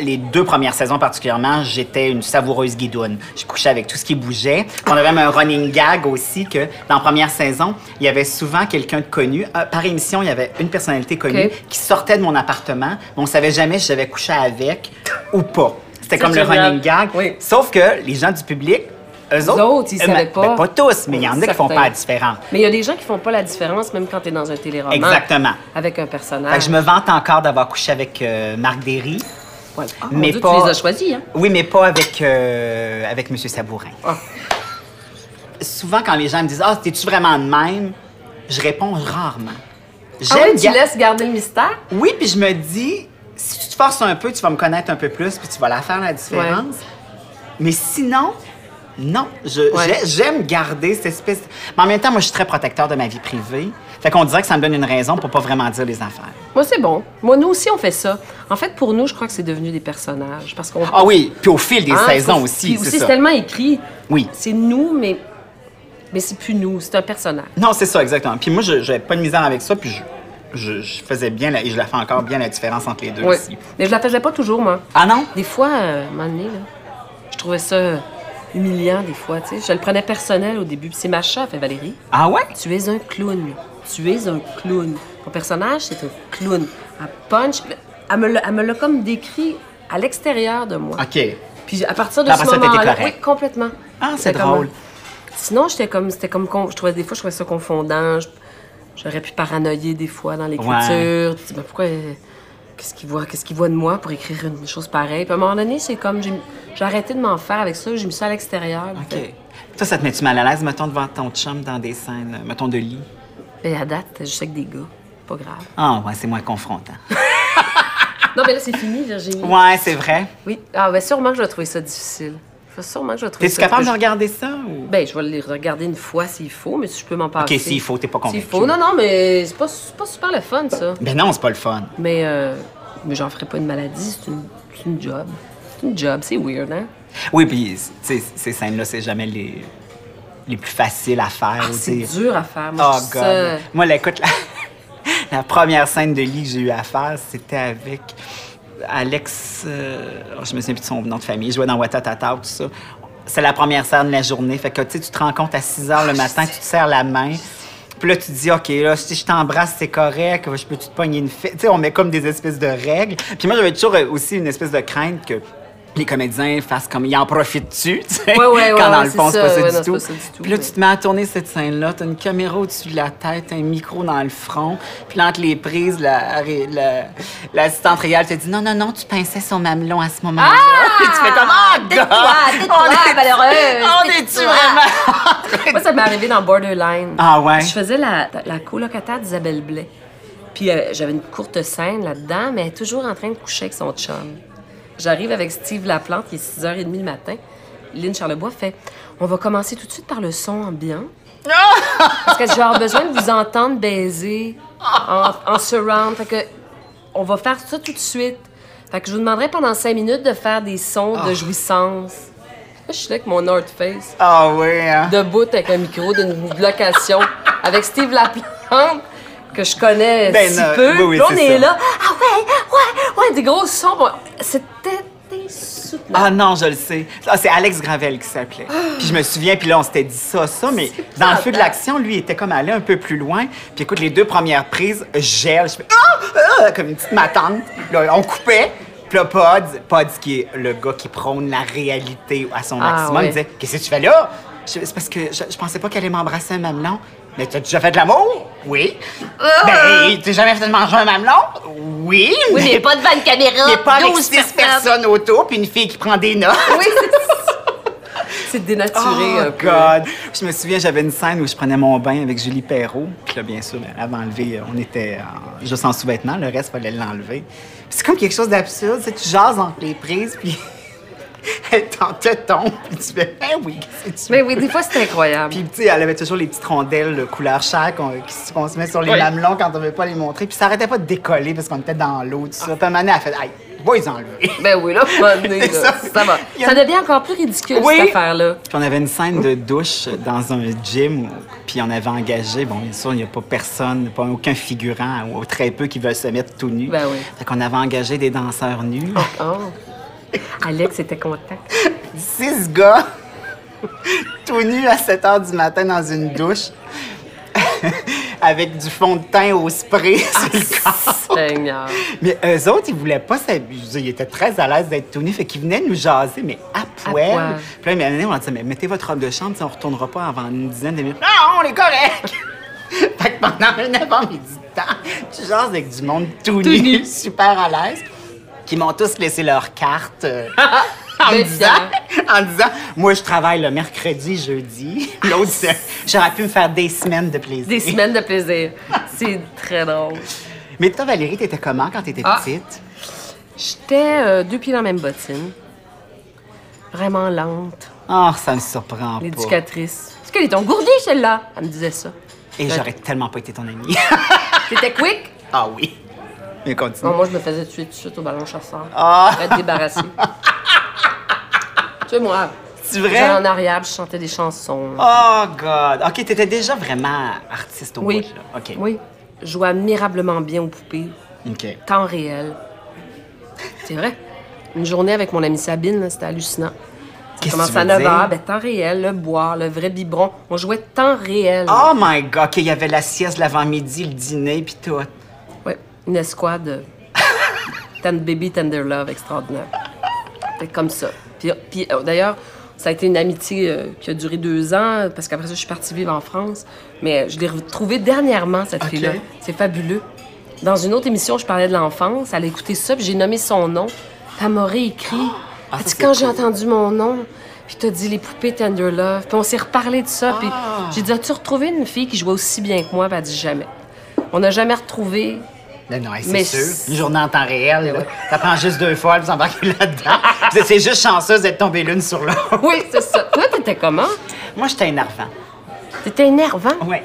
les deux premières saisons particulièrement, j'étais une savoureuse guidoune. Je couchais avec tout ce qui bougeait. On avait même un running gag aussi que dans la première saison, il y avait souvent quelqu'un de connu. Euh, par émission, il y avait une personnalité connue
Ok.
qui sortait de mon appartement, mais on savait jamais si j'avais couché avec ou pas. C'était
C'est
comme le
génial.
running gag.
Oui.
Sauf que les gens du public, eux
Les autres, ils
euh,
savaient
ben,
pas.
ben, pas tous, mais il y en a qui font
Certains.
pas la différence.
Mais il y a des gens qui font pas la différence, même quand t'es dans un téléroman.
Exactement.
Avec un
Fait
personnage.
que je me vante encore d'avoir couché avec euh, Marc Derry.
Ouais. Ah, mon
mais
Dieu,
pas-
tu les as choisis, hein.
Oui, mais pas avec, euh, avec M. Sabourin.
Ah.
Souvent, quand les gens me disent Ah, t'es-tu vraiment de même je réponds rarement.
Ah
J'aime
ouais, tu
ga-
laisses garder le mystère?
Oui, puis je me dis Si tu te forces un peu, tu vas me connaître un peu plus, puis tu vas la faire la différence. Mais sinon, non, je-
Ouais.
j'ai- j'aime garder cette espèce. Mais en même temps, moi, je suis très protecteur de ma vie privée. Fait qu'on dirait que ça me donne une raison pour pas vraiment dire les affaires.
Moi, c'est bon. Moi, nous aussi, on fait ça. En fait, pour nous, je crois que c'est devenu des personnages. Parce qu'on.
Ah oui, puis au fil des
Hein,
saisons
faut-
aussi,
puis
c'est ça.
c'est tellement écrit.
Oui.
C'est nous, mais. Mais c'est plus nous, c'est un personnage.
Non, c'est ça, exactement. Puis moi, je j'avais pas de misère avec ça, puis je, je, je faisais bien, la- et je la fais encore bien, la différence entre les deux
Oui.
aussi.
Mais je la faisais pas toujours, moi.
Ah non?
Des fois, euh, à un moment donné, là, je trouvais ça humiliant, des fois, tu sais. Je le prenais personnel au début, puis c'est Macha, fait Valérie.
Ah ouais?
Tu es un clown. Tu es un clown. Mon personnage, c'est un clown. Elle punch. Elle me l'a- elle me l'a comme décrit à l'extérieur de moi.
OK.
Puis à partir de
Puis
ce
après ça, t'étais
moment-là, oui,
correct.
complètement.
Ah, c'est
C'était comme
drôle.
un- Sinon, j'étais comme, c'était comme, con- je trouvais des fois, je trouvais ça confondant. Je- J'aurais pu paranoïer des fois dans l'écriture. Tu dis, ben, pourquoi, euh, qu'est-ce qu'il voit, qu'est-ce qu'il voit de moi pour écrire une chose pareille. Puis à un moment donné, c'est comme, j'ai j'ai arrêté de m'en faire avec ça. J'ai mis ça à l'extérieur.
OK. Toi, ça te met-tu mal à l'aise, mettons, devant ton chum dans des scènes, euh, mettons, de lit?
Mais ben, à date, je sais que des gars, pas grave.
Ah ouais, c'est moins confrontant.
Non, mais là, c'est fini, Virginie.
ouais, c'est vrai.
Oui. Ah, ben sûrement que je vais trouver ça difficile. Faut Sûrement que je vais trouver
T'es-tu
ça
capable de
je-
regarder ça? Ou...
Ben, je vais les regarder une fois s'il faut, mais si je peux m'en passer.
s'il faut, t'es pas
S'il
convaincue.
faut, non, non, mais c'est pas, c'est pas super le fun, ça.
Ben non, c'est pas le fun.
Mais, euh, mais j'en ferai pas une maladie, c'est une, c'est une job. C'est une job, c'est weird, hein?
Oui, puis, tu sais, ces scènes-là, c'est jamais les, les plus faciles à faire. ou
C'est
dire-
dur à faire, moi.
Oh
je trouve
God.
ça-
Moi, là, écoute, la, la première scène de lit que j'ai eu à faire, c'était avec Alex. euh, oh, je me souviens plus de son nom de famille. Il jouait dans Watatata, tout ça. c'est la première serre de la journée. Fait que, tu sais, tu te rends compte à 6
Ah,
heures le matin, tu te serres la main. Puis là, tu te dis, OK, là, si je t'embrasse, c'est correct. Je peux-tu te pogner une fête? Tu sais, on met comme des espèces de règles. Puis moi, j'avais toujours euh, aussi une espèce de crainte que les comédiens fassent comme, ils en profitent-tu? tu sais?
Ouais, ouais,
Quand
ouais,
dans le
ouais,
fond,
c'est
c'est pas ça
ça. Ouais,
du
non, c'est
tout.
pas ça du tout,
Puis là,
mais-
tu te mets à tourner cette scène-là. T'as une caméra au-dessus de la tête, t'as un micro dans le front. Puis là, entre les prises, la- la- l'assistante réelle te dit, non, non, non, tu pinçais son mamelon à ce moment-là. Puis tu fais comme, ah,
tais-toi, tais-toi,
on est-
malheureuse,
On est-tu
tais-toi.
vraiment...
Moi, ça m'est arrivé dans Borderline.
Ah ouais?
Je faisais la, la colocataire d'Isabelle Blais. Puis euh, j'avais une courte scène là-dedans, mais elle est toujours en train de coucher avec son chum. J'arrive avec Steve Laplante, il est 6h30 le matin. Lynn Charlebois fait On va commencer tout de suite par le son ambiant. Parce que j'ai besoin de vous entendre baiser en, en surround. Fait que on va faire ça tout de suite. Fait que je vous demanderai pendant 5 minutes de faire des sons de jouissance. Je suis là avec mon North Face
Ah ouais, hein?
debout avec un micro d'une location avec Steve Laplante que je connais
Ben,
si
euh,
peu.
oui, oui,
Puis on
c'est
est
ça.
là. Ah ouais, ouais, ouais, des gros sons. Bon, C'était insoutenable.
Ah non, je le sais. Ah, c'est Alex Gravel qui s'appelait. Puis je me souviens, puis là, on s'était dit ça, ça, mais dans le feu de l'action, lui, il était comme allé un peu plus loin. Puis écoute, les deux premières prises, je gèle. Je fais Ah! Ah! comme une petite matante. Là, on coupait. Puis là, Pod, Pod, qui est le gars qui prône la réalité à son
Ah,
maximum,
ouais.
il disait Qu'est-ce que tu fais là? Je- C'est parce que je, je pensais pas qu'elle allait m'embrasser un mamelon. Mais t'as déjà fait de l'amour? Oui. Ben, t'as jamais fait de manger un mamelon? Oui.
Oui, mais pas devant une caméra.
Mais pas avec
12
six personnes autour, puis une fille qui prend des notes.
Oui, c'est- c'est dénaturé
Oh
un peu.
God! Je me souviens, j'avais une scène où je prenais mon bain avec Julie Perrault. Puis là, bien sûr, avant d'enlever, euh, on était en- juste en sous-vêtements. Le reste, fallait l'enlever. Puis C'est comme quelque chose d'absurde. tu sais, Tu jases entre les prises, puis elle t'en te tombe. Puis tu fais, ben oui, qu'est-ce que tu
Mais oui, des fois, c'est incroyable.
puis, tu sais, elle avait toujours les petites rondelles de couleur chair qu'on qui- qu'on se met sur les mamelons quand on veut pas les montrer. Puis, ça arrêtait pas de décoller parce qu'on était dans l'eau, tout ça. Puis, à un moment donné, elle fait Aïe, va les enlever.
Ben oui, là, à un moment donné,
C'est
là,
ça.
ça va.
Il y a-
Ça devient encore plus ridicule,
Oui.
cette affaire-là.
Puis on avait une scène de douche dans un gym, où- puis on avait engagé, bon, bien sûr, il n'y a pas personne, pas aucun figurant, ou très peu qui veulent se mettre tout nu.
Ben oui.
Fait qu'on avait engagé des danseurs nus.
Oh. Alex était content.
Six gars, tout nus à 7 heures du matin dans une douche, avec du fond de teint au spray
Ah,
sur le corps.
Seigneur.
Mais eux autres, ils voulaient pas s'abuser. Ils étaient très à l'aise d'être tout nus. Fait qu'ils venaient nous jaser, mais à poil.
poil.
Puis là, à un moment donné, on leur disait, mais mettez votre robe de chambre, si on retournera pas avant une dizaine de minutes. Non, on est correct! fait que pendant un avant-midi de temps, tu jases avec du monde tout,
Tout
nu,
nu.
super à l'aise, qui m'ont tous laissé leur carte. euh, En
Ben,
disant, en disant, moi je travaille le mercredi, jeudi. L'autre, c'est, j'aurais pu me faire des semaines de plaisir.
Des semaines de plaisir. C'est très drôle.
Mais toi, Valérie, t'étais comment quand t'étais
Ah.
petite?
J'étais euh, deux pieds dans la même bottine. Vraiment lente,
Oh, ça me surprend pas.
l'éducatrice. Est-ce qu'elle est engourdie, celle-là? Elle me disait ça.
Et j'aurais tellement pas été ton ami.
T'étais quick?
ah oui. Mais continue.
Non, moi, je me faisais tuer tout de suite au ballon chasseur.
Ah.
Pour être débarrassée. tu sais, moi,
C'est
j'allais
vrai?
en arrière, puis je chantais des chansons.
Oh God. OK, t'étais déjà vraiment artiste au
oui.
bout, là. OK.
Oui. Je jouais admirablement bien aux poupées.
OK.
temps réel. C'est vrai. Une journée avec mon amie Sabine, là, c'était hallucinant.
Qu'est-ce
Ça commence
que tu
à
veux
9
dire?
h, ben, temps réel, le boire, le vrai biberon. On jouait temps réel.
Oh my God. OK, il y avait la sieste l'avant-midi, le dîner, puis tout.
Ouais, une escouade. euh, Ten Baby Tender Love extraordinaire. Fait que comme ça. Puis, puis, euh, d'ailleurs, ça a été une amitié euh, qui a duré deux ans, parce qu'après ça, je suis partie vivre en France. Mais euh, je l'ai retrouvée dernièrement, cette
Ok.
fille-là. C'est fabuleux. Dans une autre émission, je parlais de l'enfance. Elle a écouté ça, puis j'ai nommé son nom. Elle m'a réécrit.
Ah,
Elle
ça,
dit,
c'est
quand j'ai
cool.
entendu mon nom, puis t'as dit les poupées Tender Love. Puis on s'est reparlé de ça. Puis
Ah.
j'ai dit, as-tu retrouvé une fille qui jouait aussi bien que moi? Puis elle a dit, jamais. On n'a jamais retrouvé
Ben non, hey, c'est
Mais
sûr.
c'est-
Une journée en temps réel, là. Ça prend juste deux fois, vous embarquez là-dedans. Vous étiez juste chanceuse d'être tombée l'une sur l'autre.
Oui, c'est ça. Toi, t'étais comment?
Moi, j'étais énervant.
T'étais énervant.
Ouais.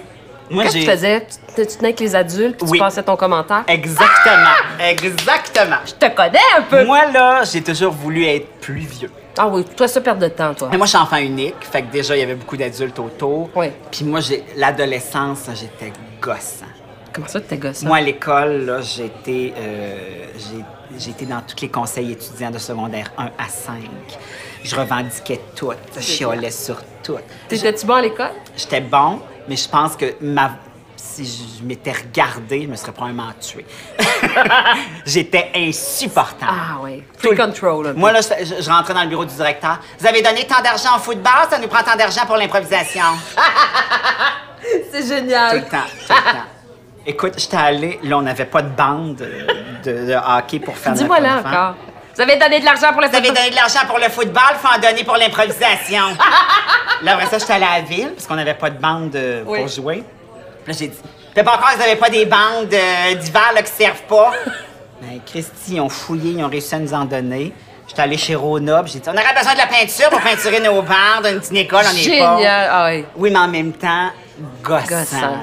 Moi,
Qu'est-ce que tu faisais? Tu te- tu tenais avec les adultes, puis
Oui.
tu passais ton commentaire.
Exactement. Exactement.
Je te connais un peu.
Moi, là, j'ai toujours voulu être plus vieux.
Ah oui, toi, ça perd de temps, toi.
Mais moi, je suis enfant unique, fait que déjà, il y avait beaucoup d'adultes autour.
Oui.
Puis moi, j'ai l'adolescence, j'étais gossant.
Comment ça, t'es gosse? hein?
Moi, à l'école, là, j'étais, euh, j'ai- j'étais dans tous les conseils étudiants de secondaire 1 à 5. je revendiquais tout. Je chiolais sur tout.
T'étais-tu bon à l'école?
J'étais bon, mais je pense que ma... si je m'étais regardée, je me serais probablement tuée. J'étais insupportable.
Ah oui.
Tout
Free
le-
control, un peu.
Moi, là, je, je- je rentrais dans le bureau du directeur. Vous avez donné tant d'argent au football, ça nous prend tant d'argent pour l'improvisation.
C'est
Tout le
génial.
temps, tout le temps. Écoute, j'étais allée, là, on n'avait pas de bande euh, de, de hockey pour faire
Dis-moi
notre
là
enfant.
encore. Vous avez donné de l'argent pour le
Vous avez donné de l'argent pour le football, faut en donner pour l'improvisation. là, après ça, j'étais allée à la ville, parce qu'on n'avait pas de bande euh,
Oui.
pour jouer. Là, j'ai dit, Fais pas encore, vous n'avez pas des bandes euh, d'hiver là, qui servent pas. Mais Christy, ils ont fouillé, ils ont réussi à nous en donner. J'étais allée chez Rona, puis j'ai dit, on aurait besoin de la peinture pour peinturer nos bandes, d'une petite école, on est pas.
Génial. Ah oui.
Oui, mais en même temps, gossant.
Gossant.
là.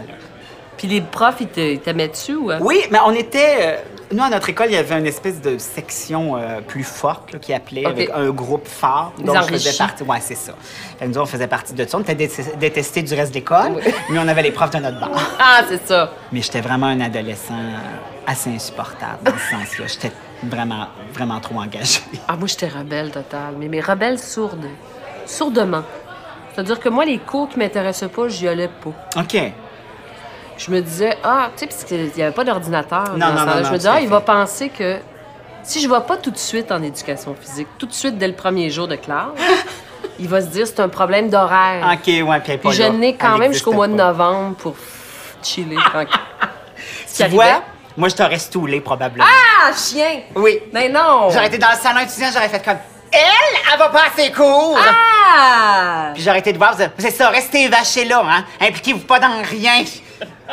Puis les profs, ils te- ils t'aimaient dessus ou? hein?
Oui, mais on était. euh, nous, à notre école, il y avait une espèce de section euh, plus forte là, qui appelait
Ok.
avec un groupe fort.
Ils
dont je faisais
enrichis.
partie. Ouais, c'est ça. Fait que nous, on faisait partie de ça. On était dé- détestés du reste de l'école, mais on avait les profs de notre bord.
Ah, c'est ça.
Mais j'étais vraiment un adolescent euh, assez insupportable dans ce sens-là. J'étais vraiment, vraiment trop engagée.
Ah, moi, j'étais rebelle totale, mais, mais rebelle sourde. Sourdement. C'est-à-dire que moi, les cours qui m'intéressaient pas, j'y allais pas.
OK.
Je me disais, ah, tu sais, parce qu'il n'y avait pas
Non,
d'ordinateur. dans ce
non,
temps-là.
non,
Je
non,
me
tout
disais, ah,
à
il
fait.
va penser que si je ne vais pas tout de suite en éducation physique, tout de suite dès le premier jour de classe, il va se dire, c'est un problème d'horaire.
OK, ouais, puis elle est Ah, pas
Puis je
là.
n'ai quand
Elle
même jusqu'au
n'existe
mois de
pas.
novembre pour chiller tranquille.
Tu vois, moi, je t'aurais stoulé probablement.
Ah, chien!
Oui.
Mais non!
J'aurais été dans le salon étudiant, j'aurais fait comme. Elle, elle va pas à ses cours!
Ah!
Puis j'aurais été de voir, vous avez- c'est ça, restez vachés là, hein. Impliquez-vous pas dans rien.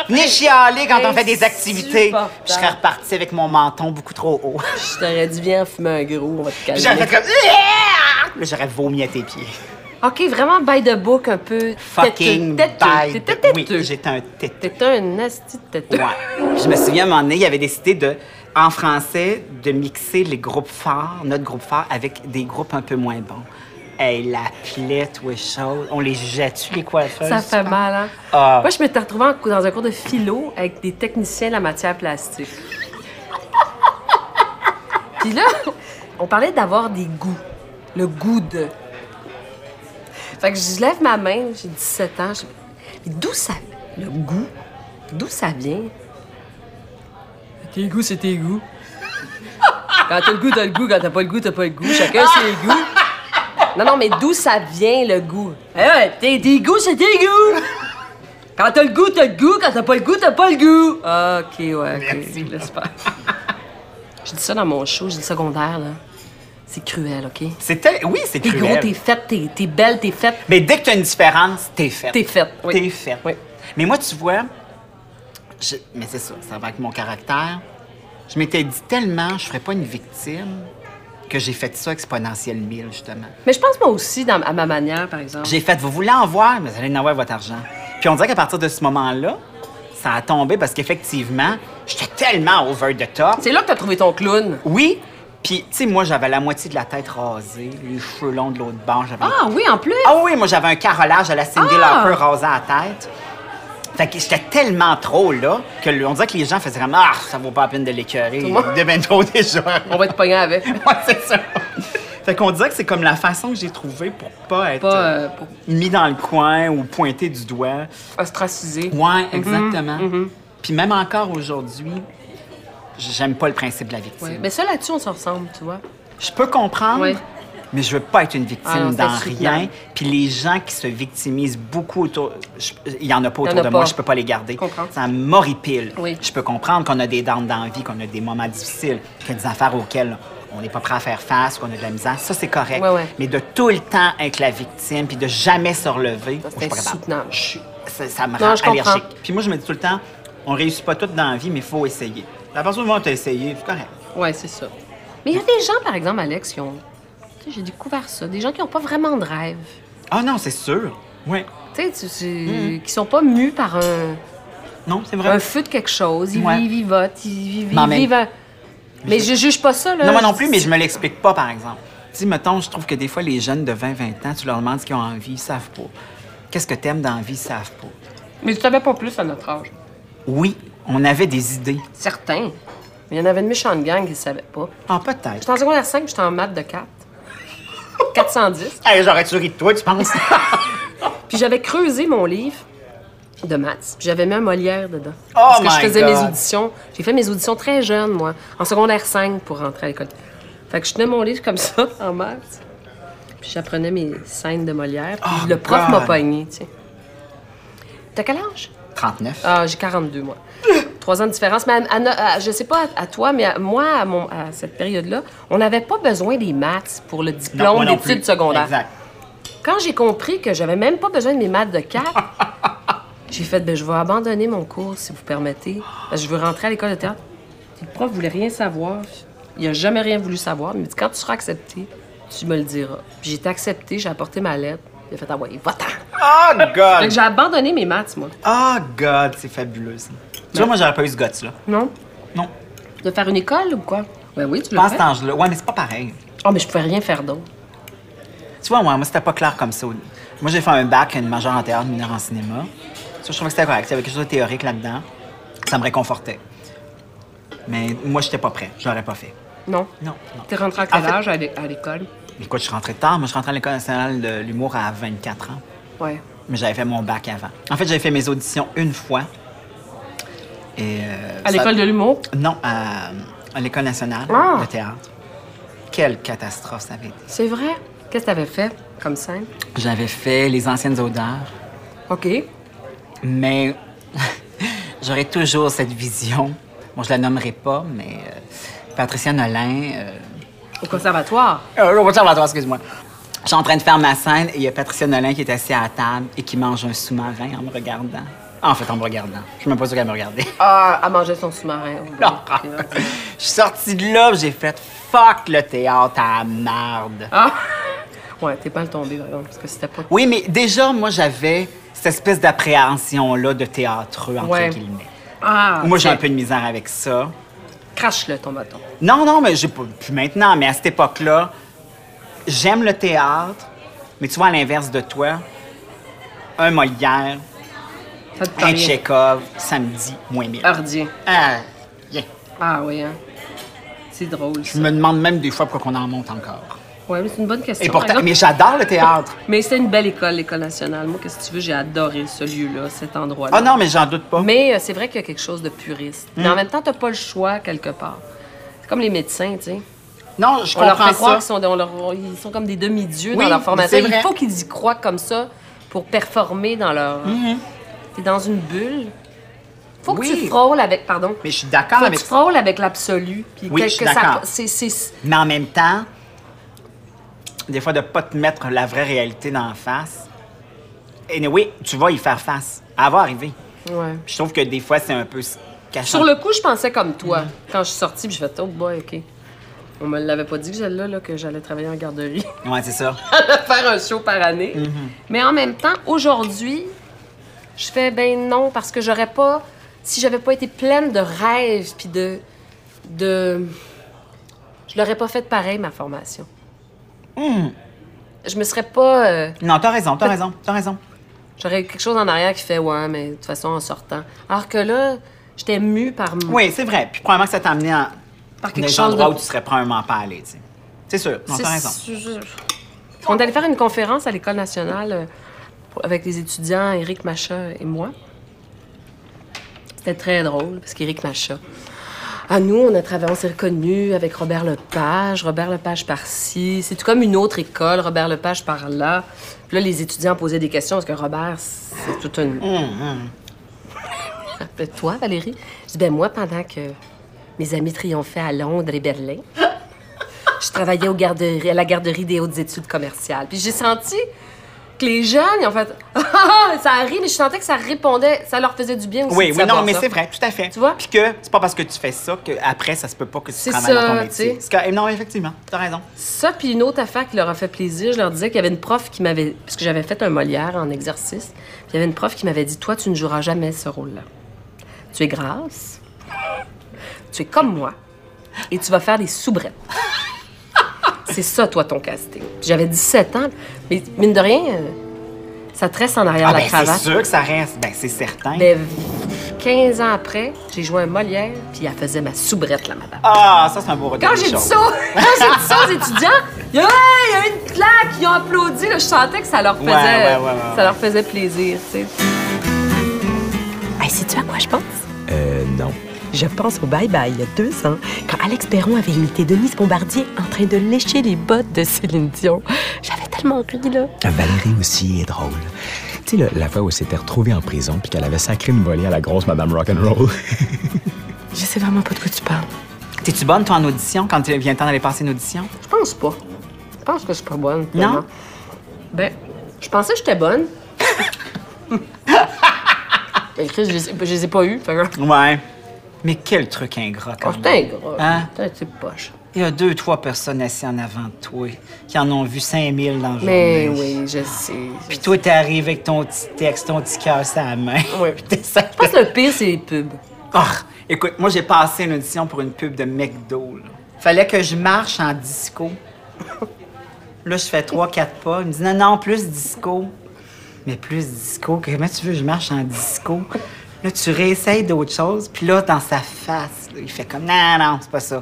Venez chialer quand on fait des activités.
Insupportable.
Puis je serais repartie avec mon menton beaucoup trop haut.
Je t'aurais dit, viens fumer un gros, on va te
Puis j'aurais
calmer.
fait comme. Yeah! Puis J'aurais vomi à tes pieds.
OK, vraiment by the book un peu.
Fucking
têteux,
bye.
têteux, têteux,
Oui,
têteux.
j'étais un tête.
T'étais un nasty de têteux.
Ouais. Puis Je me souviens, à un moment donné, il avait décidé de, en français, de mixer les groupes forts, notre groupe fort, avec des groupes un peu moins bons. Hey, la plaie, ou chose. On les jette-tu, les coiffeuses?
Ça fait mal, hein?
Ah.
Moi, je m'étais retrouvée en cou- dans un cours de philo avec des techniciens de la matière plastique. Puis là, on parlait d'avoir des goûts. Le goût de. Fait que je lève ma main, j'ai 17 ans. je- Mais D'où ça. Le goût? D'où ça vient? Tes goûts, c'est tes goûts. Quand t'as le goût, t'as le goût. Quand t'as pas le goût, t'as pas le goût. Chacun ses goûts. Non, non, mais d'où ça vient le goût? Eh ouais, tes, tes goûts, c'est tes goûts! Quand t'as le goût, t'as le goût. Quand t'as pas le goût, t'as pas le goût. OK, ouais, OK. Laisse faire. Je dis ça dans mon show, j'ai dit secondaire, là. C'est cruel, OK?
C'était. Oui, c'est
T'es
cruel.
gros, t'es faite, t'es, t'es belle, t'es faite.
Mais dès que tu as une différence, t'es faite.
T'es faite, oui.
T'es faite.
Oui.
Mais moi, tu vois, je- mais c'est ça, ça va avec mon caractère. Je m'étais dit tellement, je ferais pas une victime, que j'ai fait ça exponentiel 1000, justement.
Mais je pense, moi aussi, dans- à ma manière, par exemple.
J'ai fait, vous voulez en voir, mais vous allez en avoir votre argent. Puis on dirait qu'à partir de ce moment-là, ça a tombé parce qu'effectivement, j'étais tellement over the top.
C'est là que t'as trouvé ton clown.
Oui, puis, tu sais, moi, j'avais la moitié de la tête rasée, les cheveux longs de l'autre bord, j'avais
Ah oui, en plus!
Ah oui, moi j'avais un carrelage à la Cindy
Ah!
Lauper rasé à la tête. Fait que j'étais tellement trop là que le- on dirait que les gens faisaient vraiment Ah, ça vaut pas la peine de l'écœurer.
le monde-
Il devient trop déjà.
On va être pogné avec.
Ouais, c'est ça. Fait qu'on dirait que c'est comme la façon que j'ai trouvée pour pas être
Pas,
euh,
euh, pour-
mis dans le coin ou pointé du doigt.
Ostracisé.
Ouais, exactement. Puis même encore aujourd'hui, j'aime pas le principe de la victime.
Ouais. Mais ça, là-dessus, on se ressemble, tu vois.
Je peux comprendre,
Ouais.
mais je veux pas être une victime
Ah non, c'est
dans
insoutenable.
rien. Puis les gens qui se victimisent beaucoup autour, je- il y en a pas
Il y en
autour
a
de moi,
pas.
je peux pas les garder.
comprends.
Ça m'horripile.
Oui.
Je peux comprendre qu'on a des dents dans la vie, qu'on a des moments difficiles, qu'il y a des affaires auxquelles on n'est pas prêt à faire face, qu'on a de la misère. Ça, c'est correct.
Ouais, ouais.
Mais de tout le temps être la victime, puis de jamais se relever, moi, je
C'est
suis pas capable.
insoutenable.
Je suis- ça, ça me
Non,
rend
je comprends.
allergique. Puis moi, je me dis tout le temps, on réussit pas tout dans la vie, mais il faut essayer. La personne où on t'a essayé, c'est correct.
Ouais, c'est ça. Mais il y a des gens, par exemple, Alex, qui ont. Tu sais, j'ai découvert ça. Des gens qui n'ont pas vraiment de rêve.
Ah non, c'est sûr. Oui.
Tu sais, tu- tu-
Mm.
qui sont pas mus par un,
Non, c'est vrai.
un feu de quelque chose. Ils
Ouais.
vivent, ils votent, ils vivent,
Mais en
ils
même-
vivent. un- Mais je juge pas ça, là.
Non, moi non plus, mais je me l'explique pas, par exemple. Tu sais, mettons, je trouve que des fois, les jeunes de 20-20 ans, tu leur demandes ce qu'ils ont envie, ils savent pas. Qu'est-ce que t'aimes dans la vie, ils savent pas.
Mais tu savais pas plus à notre âge.
Oui, on avait des idées.
Certains. Mais il y en avait une méchante gang qui ne savaient pas.
Ah, peut-être.
J'étais en secondaire 5, j'étais en maths de 4. 410.
Hey, J'aurais-tu ri de toi, tu penses?
Puis j'avais creusé mon livre de maths. Puis J'avais mis un Molière dedans.
Oh
parce que
my
je faisais
God.
mes auditions. J'ai fait mes auditions très jeune, moi, en secondaire 5 pour rentrer à l'école. Fait que je tenais mon livre comme ça, en maths. Puis j'apprenais mes scènes de Molière. Puis
Oh
le prof
God.
m'a pogné, tu sais. T'as quel âge?
39.
Ah, j'ai 42, moi. Trois ans de différence. Mais à- à no- à- je sais pas à, à toi, mais à- moi, à, mon- à cette période-là, on n'avait pas besoin des maths pour le
Non, moi
diplôme
non plus.
d'études secondaires.
Exact.
Quand j'ai compris que j'avais même pas besoin de mes maths de 4, j'ai fait ben, je vais abandonner mon cours, si vous permettez. Parce que Je veux rentrer à l'école de théâtre. Puis Le prof voulait rien savoir. Il a jamais rien voulu savoir. Il m'a dit quand tu seras accepté, tu me le diras. Puis j'ai été acceptée, j'ai apporté ma lettre. Il a fait Ah ouais, va-t'en.
Oh,
Fait
God!
que j'ai abandonné mes maths, moi.
Oh, God, c'est fabuleux, ça. Tu vois, moi, j'aurais pas eu ce guts-là.
Non?
Non.
De faire une école ou quoi? Ben oui, tu
Je
l'as
pense
fait.
cet là Ouais, mais c'est pas pareil.
Ah, mais je pouvais rien faire d'autre.
Tu vois, moi, moi c'était pas clair comme ça. Moi, j'ai fait un bac, une majeure en théâtre, une mineure en cinéma. Ça, je trouvais que c'était correct. Il y avait quelque chose de théorique là-dedans. Ça me réconfortait. Mais moi, j'étais pas prêt. Je l'aurais pas fait.
Non.
Non, non.
T'es rentré à quel
En fait-
âge à l'é- à l'école?
Écoute, je suis rentré tard. Moi, je suis rentré à l'École nationale de l'humour à 24 ans.
Ouais.
Mais j'avais fait mon bac avant. En fait, j'avais fait mes auditions une fois. Et, euh,
À
ça-
l'école de l'humour?
Non, à, à l'École nationale
Ah!
de théâtre. Quelle catastrophe ça avait été.
C'est vrai. Qu'est-ce que t'avais fait comme scène?
J'avais fait Les Anciennes Odeurs.
OK.
Mais j'aurais toujours cette vision. Bon, je la nommerai pas, mais euh, Patricia Nolin. euh,
Au conservatoire.
euh, au conservatoire, excuse-moi. Je suis en train de faire ma scène et il y a Patricia Nolin qui est assise à la table et qui mange un sous-marin en me regardant. En fait, en me regardant. Je suis même pas sûre qu'elle me regardait.
Ah, à manger son sous-marin. au
Non.
bar. OK.
Je suis sortie de là, j'ai fait fuck le théâtre à la marde.
Ah! Ouais, t'es pas le tombé, vraiment, parce que c'était pas.
Oui, mais déjà, moi, j'avais cette espèce d'appréhension-là de théâtre, entre
Ouais.
guillemets.
Ah!
moi, j'ai
c'est-
un peu de misère avec ça.
Crache-le, ton bâton.
Non, non, mais j'ai pas plus maintenant, mais à cette époque-là, j'aime le théâtre, mais tu vois, à l'inverse de toi, un Molière,
Ça te
un
parle.
Tchekhov, samedi, moins mille.
Hardien.
Ah, bien.
Ah, oui, hein. C'est drôle,
Je
ça.
me demande même des fois pourquoi on en monte encore.
Ouais, mais c'est une bonne question.
Et pourtant,
Par
mais
exemple-
j'adore le théâtre.
Mais c'était une belle école, l'école nationale. Moi, qu'est-ce que tu veux, j'ai adoré ce lieu-là, cet endroit-là.
Ah non, Hmm. mais j'en doute pas.
Mais euh, c'est vrai qu'il y a quelque chose de puriste. Mais en même temps, t'as pas le choix quelque part. C'est comme les médecins, tu sais.
Non, je
On leur fait
comprends
croire
ça.
qu'ils sont, on leur- ils sont comme des demi-dieux
Oui,
dans leur formation.
c'est vrai.
Il faut qu'ils y croient comme ça pour performer dans leur. T'es dans une bulle. Faut que
Mhm. Oui.
tu frôles avec. Pardon.
Mais je suis d'accord
Faut que
avec
tu
ça.
frôles avec l'absolu. Puis
Oui,
que-
je suis
que ça-
d'accord.
c'est- c'est-
Mais en même temps, des fois, de pas te mettre la vraie réalité dans la face. Et oui, tu vas y faire face. Elle va arriver.
ouais.
Je trouve que des fois, c'est un peu cachant.
Sur le coup, je pensais comme toi.
Mhm.
Quand je suis sortie, puis je fait Oh boy, OK. On me l'avait pas dit que j'allais là, là, que j'allais travailler en garderie.
Ouais, c'est ça.
faire un show par année. Mais en même temps, aujourd'hui, je fais ben non parce que j'aurais pas si j'avais pas été pleine de rêves puis de de je l'aurais pas fait pareil ma formation. Je me serais pas euh,
Non, t'as raison, t'as raison, t'as raison.
j'aurais eu quelque chose en arrière qui fait ouais mais de toute façon en sortant. Alors que là, j'étais mue par mon-
Oui, c'est vrai. Puis probablement que ça t'a amené en...
Par
dans
quelque
des
chose
endroits
de-
où tu serais probablement pas allé, tu sais. C'est sûr, non,
C'est-
t'as raison.
je- On est allé faire une conférence à l'École nationale euh, pour- avec les étudiants Éric Macha et moi. C'était très drôle, parce qu'Éric Macha... À nous, on a travaillé, on s'est reconnus avec Robert Lepage, Robert Lepage par-ci. C'est tout comme une autre école, Robert Lepage par-là. Puis là, les étudiants posaient des questions, parce que Robert, c'est tout une... Toi, Valérie? Je dis, ben moi, pendant que mes amis triomphaient à Londres et Berlin, je travaillais aux garderies- à la garderie des hautes études commerciales. Puis j'ai senti que les jeunes, ils ont fait... Ah, ah, ça arrive, mais je sentais que ça répondait, ça leur faisait du bien aussi
Oui,
de
oui, non,
savoir
mais
ça.
c'est vrai, tout à fait.
Tu vois?
Puis que c'est pas parce que tu fais ça qu'après, ça se peut pas que tu
C'est
travailles
ça,
dans ton
tu
métier.
sais.
C'est que- Non, effectivement, t'as raison.
Ça, puis une autre affaire qui leur a fait plaisir, je leur disais qu'il y avait une prof qui m'avait... Parce que j'avais fait un Molière en exercice. Puis il y avait une prof qui m'avait dit, toi, tu ne joueras jamais ce rôle-là. Tu es grasse, tu es comme moi, et tu vas faire des soubrettes. C'est ça, toi, ton casting. Puis J'avais 17 ans, mais mine de rien, euh, Ça tresse en arrière
Ah,
la
ben,
cravate.
c'est sûr que ça reste. Ben, c'est certain.
Mais 15 ans après, j'ai joué un Molière, puis elle faisait ma soubrette, la madame.
Ah, ça, c'est un beau retour.
Quand
des
j'ai dit
choses.
ça, quand j'ai dit ça aux étudiants, il y a, Ouais, il y a eu une claque, ils ont applaudi, là, je sentais que ça leur faisait,
Ouais, ouais, ouais, ouais,
ça
ouais.
leur faisait plaisir, tu sais.
Hey, Sais-tu à quoi je pense?
Euh, non.
Je pense au bye-bye il y a deux ans, quand Alex Perron avait imité Denise Bombardier en train de lécher les bottes de Céline Dion. J'avais tellement ri, là.
Valérie aussi est drôle. Tu sais, le- la fois où elle s'était retrouvée en prison puis qu'elle avait sacré une volée à la grosse Madame Rock'n'Roll.
Je sais vraiment pas de quoi tu parles.
T'es-tu bonne, toi, en audition, quand tu viens le temps d'aller passer une audition?
Je pense pas. Je pense que je suis pas bonne.
Non?
vraiment. Ben, je pensais que j'étais bonne. Mais le Christ, je, les ai- je les ai pas eus. Fait que...
Ouais. Mais quel truc ingrat,
Oh,
quand
j'étais
même.
ingrat.
Hein?
J'étais un type poche.
Il y a deux, trois personnes assises en avant de toi qui en ont vu 5000 dans le
Mais oui, je sais. je
Puis toi, t'es arrivé avec ton petit texte, ton petit cœur sur la main.
Ouais.
Puis t'es ça.
Je pense que le pire, c'est les pubs.
Ah, écoute, moi, j'ai passé une audition pour une pub de McDo. là. Fallait que je marche en disco. là, je fais trois, quatre pas. Il me dit non, non, plus disco. Mais plus disco, que- comment tu veux que je marche en disco? Là, tu réessayes d'autres choses. Puis là, dans sa face, là, il fait comme non, non, c'est pas ça.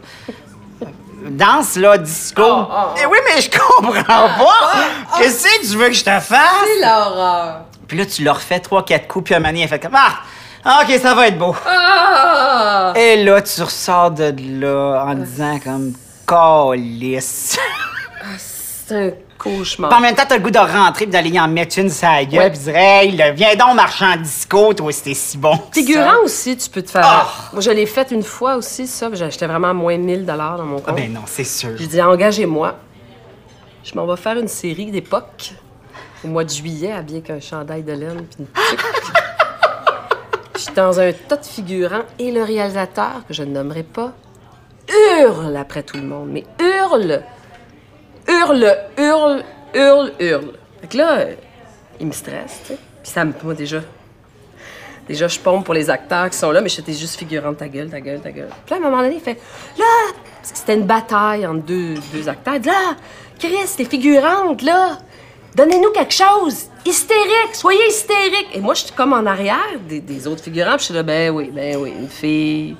Danse là, disco.
Ah,
Eh oui, mais je comprends pas. Qu'est-ce que tu veux que je te fasse?
C'est l'horreur.
Puis là, tu leur fais trois, quatre coups, puis un manier, elle fait comme Ah, OK, ça va être beau.
Ah!
Et là, tu ressors de là en disant comme Calisse.
C'est un cauchemar.
Puis en même temps, t'as le goût de rentrer puis d'aller en mettre une sur la gueule
Ah. Ouais.
puis dire Hey, là, viens donc marchand disco, toi, c'était si bon. que ça.
Figurant aussi, tu peux te faire.
Ah!
Moi, je l'ai fait une fois aussi, ça. puis J'achetais vraiment moins 1000 dans mon compte.
Ah, ben non, c'est sûr.
J'ai dit, engagez-moi. Je m'en vais faire une série d'époque au mois de juillet, habillée qu'un chandail de laine puis une tuque. Je suis dans un tas de figurants et le réalisateur, que je ne nommerai pas, hurle après tout le monde. Mais hurle! Hurle, hurle, hurle, hurle. Fait que là, euh, il me stresse, tu sais. Puis ça me... Moi, déjà, Déjà, je pompe pour les acteurs qui sont là, mais j'étais juste figurante, ta gueule, ta gueule, ta gueule. Puis là, à un moment donné, il fait Là Parce que c'était une bataille entre deux, deux acteurs. Il dit Là Chris, t'es figurante, là Donnez-nous quelque chose Hystérique Soyez hystérique Et moi, je suis comme en arrière des, des autres figurants, puis je suis là Ben oui, ben oui, une fille.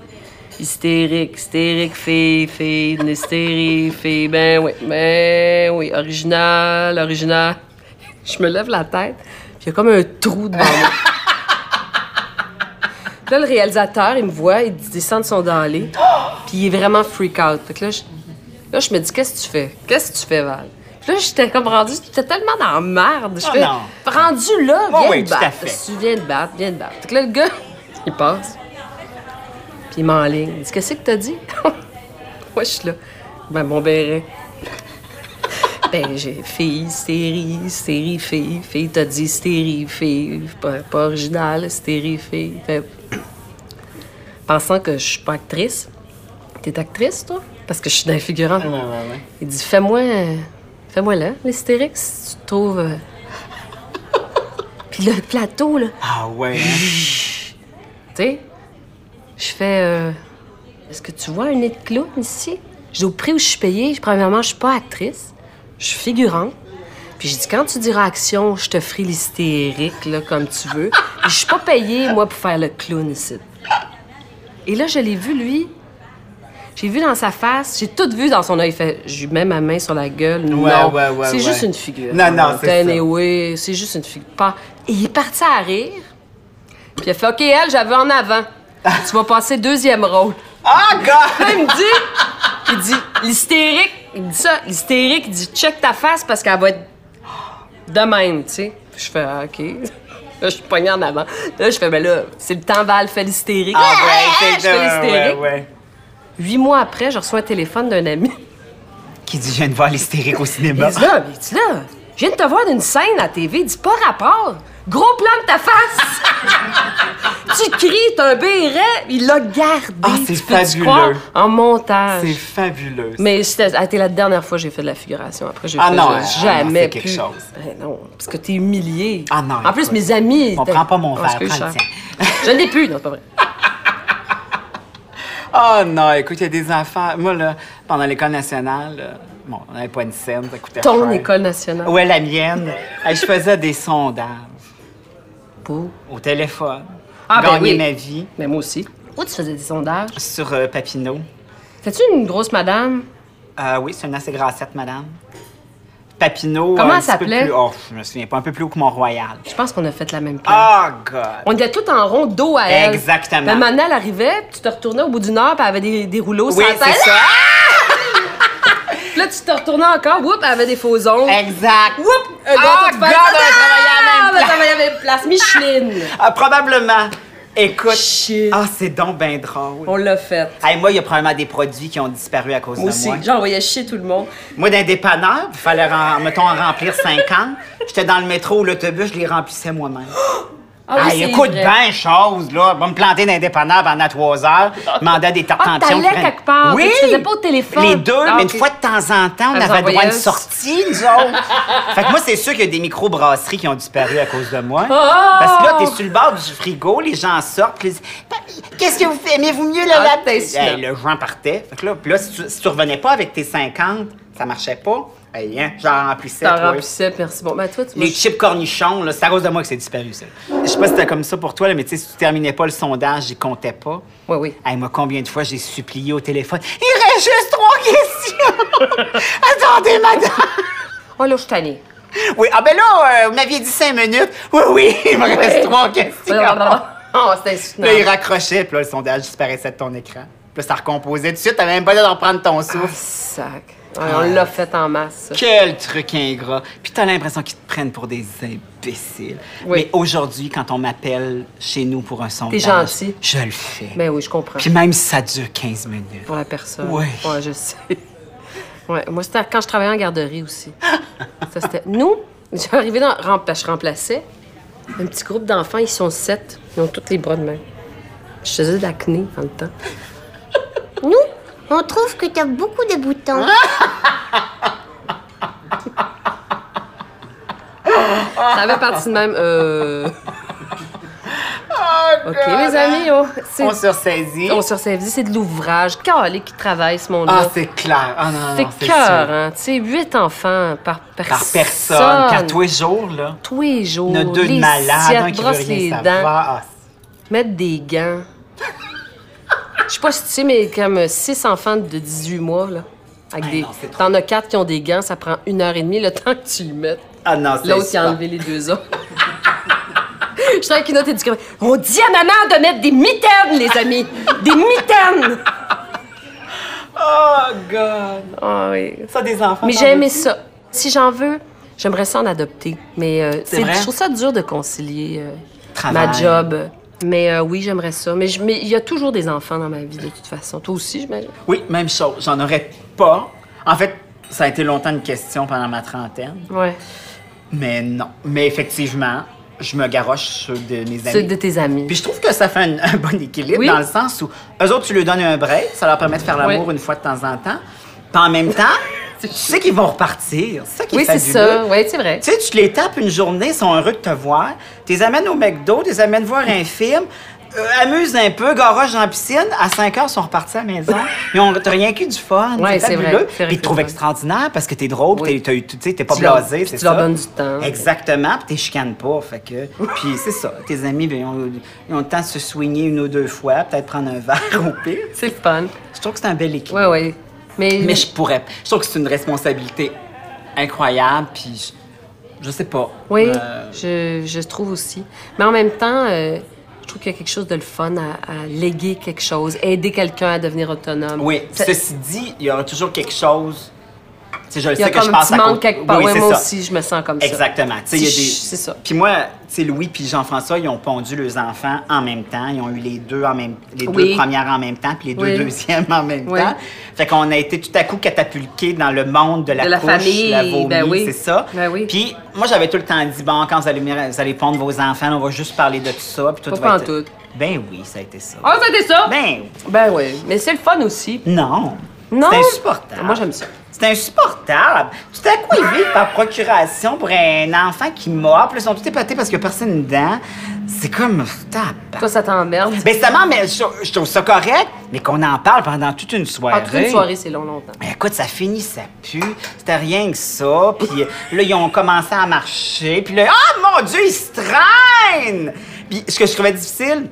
Hystérique, hystérique, fille, fille, une hystérie, fille, ben oui, ben oui, original, original. Je me lève la tête, puis il y a comme un trou devant moi. Puis là, le réalisateur, il me voit, il descend de son dallé, puis il est vraiment freak out. Fait que là, je, là, je me dis, qu'est-ce que tu fais? Qu'est-ce que tu fais, Val? Puis là, j'étais comme rendue, j'étais tellement dans la merde. Je
Oh
fais,
non.
rendu là,
Oh
viens
oui,
te
tout à
battre.
fait.
Si Tu viens de battre, viens de battre. Fait que là, le gars, il passe, puis il m'enligne. Il dit, qu'est-ce que t'as dit? Moi, je suis là. Ben, mon béret. Ben, j'ai fille, stérie, stérie, fille. Fille, t'as dit stérie, fille. Pas, pas original, stérie, fille. Fait- Pensant que je suis pas actrice. T'es actrice, toi? Parce que je suis d'un figurant.
Ouais, ouais, ouais.
Il dit, fais-moi... euh, Fais-moi là, l'hystérique, si tu te trouves... euh. Puis le plateau, là,
Ah, ouais. hein?
tu sais, je fais... euh, Est-ce que tu vois un nez de clown ici? Je dis, au prix où je suis payée, je- premièrement, je suis pas actrice. Je suis figurante. Puis j'ai dit, quand tu diras action, je te ferai l'hystérique, là, comme tu veux. Et je suis pas payée, moi, pour faire le clown ici. Et là, je l'ai vu, lui. J'ai vu dans sa face, j'ai tout vu dans son œil. Il Fait, je lui mets ma main sur la gueule. non,
ouais, ouais,
c'est
ouais.
juste une figure.
Non, non, c'est ça.
Ben Anyway, c'est juste une figure. Pas... Et il est parti à rire. Puis il a fait, OK, elle, j'avais en avant. Tu vas passer deuxième rôle.
Ah,
Puis
God!
là, il me dit, il dit, l'hystérique, il dit ça, l'hystérique, il dit, check ta face parce qu'elle va être de même, tu sais. Puis je fais, ah, OK. Là, je suis pognée en avant. Là, je fais, ben là, c'est le temps, Val, fais l'hystérique.
Ah, ouais,
je fais
ouais,
l'hystérique.
ouais.
Huit mois après, je reçois un téléphone d'un ami.
Qui dit Je viens de voir l'hystérique au
Il
cinéma.
dit là, mais il dit là, je viens de te voir d'une scène à la TV, il dit pas rapport. Gros plan de ta face. tu cries, t'as un béret. Il l'a gardé.
Ah, c'est
tu peux-tu
fabuleux.
croire? En
Ah,
montage.
C'est fabuleux.
Mais c'était ça a été la dernière fois que j'ai fait de la figuration. Après, j'ai
Ah
fait
non,
j'ai
hein,
jamais
ah non, c'est
pu.
quelque chose.
Ben non, parce que t'es humilié.
Ah non,
En plus,
écoute,
mes amis.
on
étaient-
prend pas mon
Ah,
verre,
excuse,
prends le
cher. Je l'ai plus, non, c'est pas vrai.
Ah, Oh non, écoute, il y a des affaires. Moi, là, pendant l'École nationale, là, Bon, on n'avait pas une scène, ça coûtait
Ton
cher.
école nationale.
Ouais, la mienne. Hey, Je faisais des sondages
Pour-
au téléphone.
Ah, ben
Gagner
oui.
ma vie
Mais moi aussi. Où tu faisais des sondages?
sur euh, Papineau.
T'as-tu une grosse madame?
Ah oui, c'est une assez grassette, madame. Papineau.
Comment
un
ça
petit peu
s'appelait?
plus- Oh, je me souviens pas, un peu plus haut que Mont-Royal.
Je pense qu'on a fait la même place.
Oh, God!
On était tout en rond, dos à elle.
Exactement.
Puis maintenant, elle arrivait, puis tu te retournais au bout d'une heure, puis elle avait des, des rouleaux
Oui,
sur la
c'est
tête.
ça.
Puis là, tu te retournais encore, whoop, elle avait des faux ongles.
Exact.
Whoop! Un gars
Ah,
tout fait-
God, on a travaillé à la même
Ah, on a travaillé à la même place. Micheline!
Ah, probablement. Écoute.
Shit!
Ah, c'est donc bien drôle.
On l'a fait.
Hey, moi, il y a probablement des produits qui ont disparu à cause
Moi
de
aussi,
moi.
j'envoyais chier tout le monde.
Moi, d'un dépanneur, il fallait, ren- mettons, en remplir 50. J'étais dans le métro ou l'autobus, je les remplissais moi-même.
Ah oui,
hey,
c'est
écoute
vrai.
bien, chose, là. Va me planter dans un dépanneur pendant trois heures, demander des tartes
Ah,
en pion,
t'allais
prendre-
quelque part,
Oui!
tu faisais pas au téléphone.
Les deux,
Ah,
mais
ok.
une fois de temps en temps, on avait
Ah, vous
le droit
envoyez
de
un-
sortie, nous autres. fait que moi, c'est sûr qu'il y a des micro-brasseries qui ont disparu à cause de moi.
Oh!
Parce que là, t'es sur le bord du frigo, les gens sortent, puis ils disent Papi, Qu'est-ce que vous faites? Aimez-vous mieux le
Ah,
lapin?
t'es sûr.
Hey, le gens partait. Fait que là, puis là, si tu, si tu revenais pas avec tes 50, ça marchait pas. Hey, hein, j'en remplissais.
T'en
toi.
remplissais, merci. Bon, ben toi, tu
Les
manges-
chips cornichons, là, c'est à cause de moi que c'est disparu, ça. Je sais pas si c'était comme ça pour toi, là, mais tu sais, si tu terminais pas le sondage, j'y comptais pas.
Oui, oui.
Hey, moi, combien de fois j'ai supplié au téléphone? Il reste juste trois questions! Attendez, madame!
Oh là, je suis tannée.
Oui, ah ben là, euh, vous m'aviez dit cinq minutes. Oui, oui, il me reste trois questions. là,
Oh, c'était insoutenable.
il raccrochait, puis là, le sondage disparaissait de ton écran. Puis là, ça recomposait tout de suite, t'avais même pas l'air de reprendre ton
Ah,
souffle.
sac. Ouais,
Ah,
on l'a fait en masse, ça.
Quel truc ingrat! Puis t'as l'impression qu'ils te prennent pour des imbéciles.
Oui.
Mais aujourd'hui, quand on m'appelle chez nous pour un sondage,
gentil.
je le fais.
Ben oui, je comprends.
Puis même si ça dure 15 minutes.
Pour la personne.
Oui.
Ouais, je sais. Ouais, moi, c'était quand je travaillais en garderie aussi. Ça, c'était... Nous, j'arrivais dans... rem- Je remplaçais un petit groupe d'enfants. Ils sont sept. Ils ont tous les bras de main. Je faisais de l'acné dans le temps.
Nous, on trouve que t'as beaucoup de boutons.
Ça avait parti de même. Euh... OK, mes amis, on, c'est-
Oh, On se ressaisit.
on se ressaisit, c'est de l'ouvrage. Calé qui travaille, ce monde-là.
Ah, c'est clair. Ah non, non,
C'est
non,
cœur,
sûr.
hein. Tu sais, huit enfants par personne.
Par personne, qu'à tous les jours, là.
tous les jours.
Il y en a deux de
les
malades,
siettes,
un qui veut
brosse les
rien
dents,
savoir. Ah,
mettre des gants. Je sais pas si tu sais, mais comme euh, six enfants de 18 mois, là. Avec
Ah
des...
non, c'est trop.
T'en as quatre qui ont des gants, ça prend une heure et demie le temps que tu y mettes.
ah non, c'est
L'autre, il a
super.
enlevé les deux autres. Je suis avec une autre éducatrice. On dit à maman de mettre des mitaines, les amis! Des mitaines!
Oh, God.
Ah oui.
Ça, des enfants.
Mais
t'en
j'ai aimé
veux-tu?
ça. Si j'en veux, j'aimerais ça en adopter. Mais euh, c'est-
vrai?
je trouve ça dur de concilier euh,
Travail.
ma job. Mais euh, oui, j'aimerais ça. Mais je- mais il y a toujours des enfants dans ma vie, de toute façon. Toi aussi, j'imagine.
Oui, même chose. J'en aurais pas. En fait, ça a été longtemps une question pendant ma trentaine.
Ouais.
Mais non. Mais effectivement, je me garoche sur de mes
Ceux
amis.
de tes amis.
Ben, Puis je trouve que ça fait un, un bon équilibre
Oui.
dans le sens où eux autres, tu leur donnes un break, ça leur permet de faire l'amour
Oui.
une fois de temps en temps. Puis en même temps, tu sais qu'ils vont repartir. C'est ça qui
oui,
est
c'est
fabuleux.
ça. Oui, c'est vrai.
Tu sais, tu les tapes une journée, ils sont heureux de te voir. Tu les amènes au McDo, tu les amènes voir un film. euh, amuse un peu, garoche dans la piscine. À 5 heures, ils sont repartis à la maison. Ils ont t'as rien que du fun.
Ouais, c'est vrai,
fabuleux.
c'est
Puis
vrai,
ils te
c'est
trouvent
vrai.
extraordinaire parce que t'es drôle,
Oui.
t'es- t'as eu- tu sais, t'es pas
Tu leur-
blasé.
puis
c'est
tu leur
ça.
donnes du temps.
Exactement, puis t'es chicanes pas. Fait que... Puis c'est ça. Tes amis, ben, ils, ont, ils ont le temps de se soigner une ou deux fois, peut-être prendre un verre au pire.
C'est le fun.
Je trouve que c'est un bel équilibre.
Oui, oui. Mais,
Mais je pourrais. Je trouve que c'est une responsabilité incroyable, puis je, je sais pas.
Oui,
Euh,
je, je trouve aussi. Mais en même temps, euh, je trouve qu'il y a quelque chose de le fun à, à léguer quelque chose, aider quelqu'un à devenir autonome.
Oui.
Ça-
Ceci dit, il y aura toujours quelque chose. Tu sais, je le
Il y a
sais que je
comme un
passe
petit
à
manque
côté-
quelque part.
Oui,
Ouais,
c'est
moi
ça.
aussi, je me sens comme ça.
Exactement. Tu sais, il y a
Si
des-
je- C'est ça.
Puis moi, tu sais, Louis puis Jean-François, ils ont pondu leurs enfants en même temps. Ils ont eu les deux en même, les
Oui.
deux premières en même temps, puis les deux
Oui.
deuxièmes en même
Oui.
temps. Fait qu'on a été tout à coup catapultés dans le monde de la,
De la
couche,
famille,
la vomi,
ben oui.
c'est ça.
Ben oui.
Puis moi, j'avais tout le temps dit bon, quand vous allez, venir- vous allez pondre vos enfants, on va juste parler de tout ça, puis tout
Pas
va
pantoute.
être. Ben oui, ça a été ça.
Ah, c'était ça?
Ben
Ben oui. Mais c'est le fun aussi.
non.
Non.
C'est insupportable.
Moi, j'aime ça.
C'est insupportable. Tout à coup, ils vivent par procuration pour un enfant qui mord. Puis là, Ils sont tous épatés parce qu'il n'y a personne dedans. C'est comme... tabarnak.
Toi, ça t'emmerde.
Ben, ça m'emmerde. Je je trouve ça correct, mais qu'on en parle pendant toute une soirée.
En toute une soirée, c'est long, longtemps.
Ben, écoute, ça finit, ça pue. C'était rien que ça. Puis euh, là, ils ont commencé à marcher. Puis là, ah mon Dieu, ils se traînent! Puis ce que je trouvais difficile,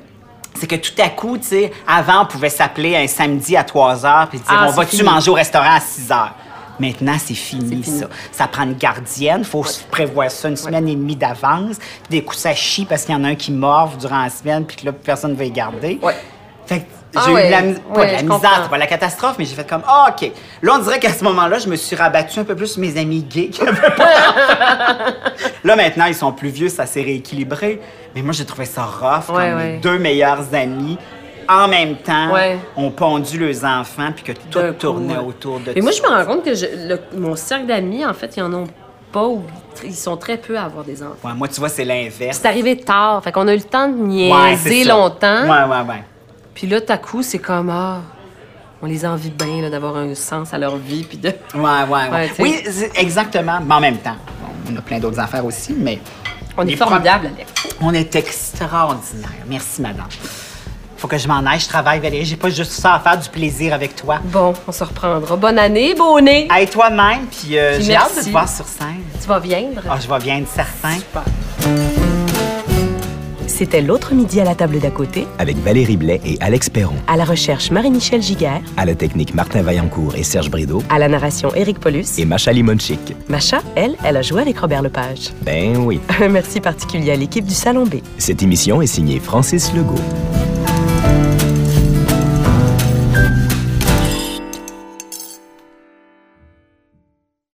c'est que tout à coup, tu sais, avant, on pouvait s'appeler un samedi à 3 h puis dire,
Ah,
on
c'est
va-tu
fini.
manger au restaurant à 6 h? Maintenant, c'est fini,
C'est fini.
ça. Ça prend une gardienne, faut se prévoir ça une semaine et demie d'avance. Puis Des coups, ça chie parce qu'il y en a un qui morve durant la semaine, puis que là, personne ne veut les garder.
Ouais.
Fait que
Ah
j'ai eu
ouais,
de la, mis- pas
ouais,
de la
je
misère,
comprends.
c'est pas la catastrophe, mais j'ai fait comme, ah, OK. Là, on dirait qu'à ce moment-là, je me suis rabattue un peu plus sur mes amis gays. qui avaient pas d'enfants. là, maintenant, ils sont plus vieux, ça s'est rééquilibré. Mais moi, j'ai trouvé ça rough
Ouais,
quand
ouais.
mes deux meilleurs amis, en même temps,
Ouais.
ont pondu leurs enfants puis que tout
D'un coup,
tournait
ouais.
autour de
Mais moi,
ça.
je me rends compte que je- le- mon cercle d'amis, en fait, ils en ont pas ou tr- ils sont très peu à avoir des enfants.
Ouais, moi, tu vois, c'est l'inverse.
C'est arrivé tard, fait qu'on a eu le temps de
Ouais,
niaiser
c'est ça.
longtemps.
Ouais, ouais, ouais.
Puis là, tout à coup, c'est comme, ah, on les envie bien là, d'avoir un sens à leur vie. Puis de...
Ouais, ouais, ouais.
Ouais, tu sais.
oui, c'est- exactement. Mais en même temps, bon, on a plein d'autres affaires aussi, mais.
On est
les pro-
formidable, Alex.
On est extraordinaire. Merci, madame. Faut que je m'en aille, je travaille, Valérie. J'ai pas juste ça à faire du plaisir avec toi.
Bon, on se reprendra. Bonne année, beau nez.
Aille toi-même, puis euh,
Puis
j'ai hâte de
merci.
te voir sur scène.
Tu vas viendre.
Ah, je vais bien être certain.
C'était l'autre midi à la table d'à côté,
Avec Valérie Blais et Alex Perron.
à la recherche Marie-Michel Giguère,
À la technique, Martin Vaillancourt et Serge Brideau.
à la narration Éric Paulus.
Et Macha Limonchik.
Macha, elle, elle a joué avec Robert Lepage.
Ben oui.
Un merci particulier à l'équipe du Salon B.
Cette émission est signée Francis Legault.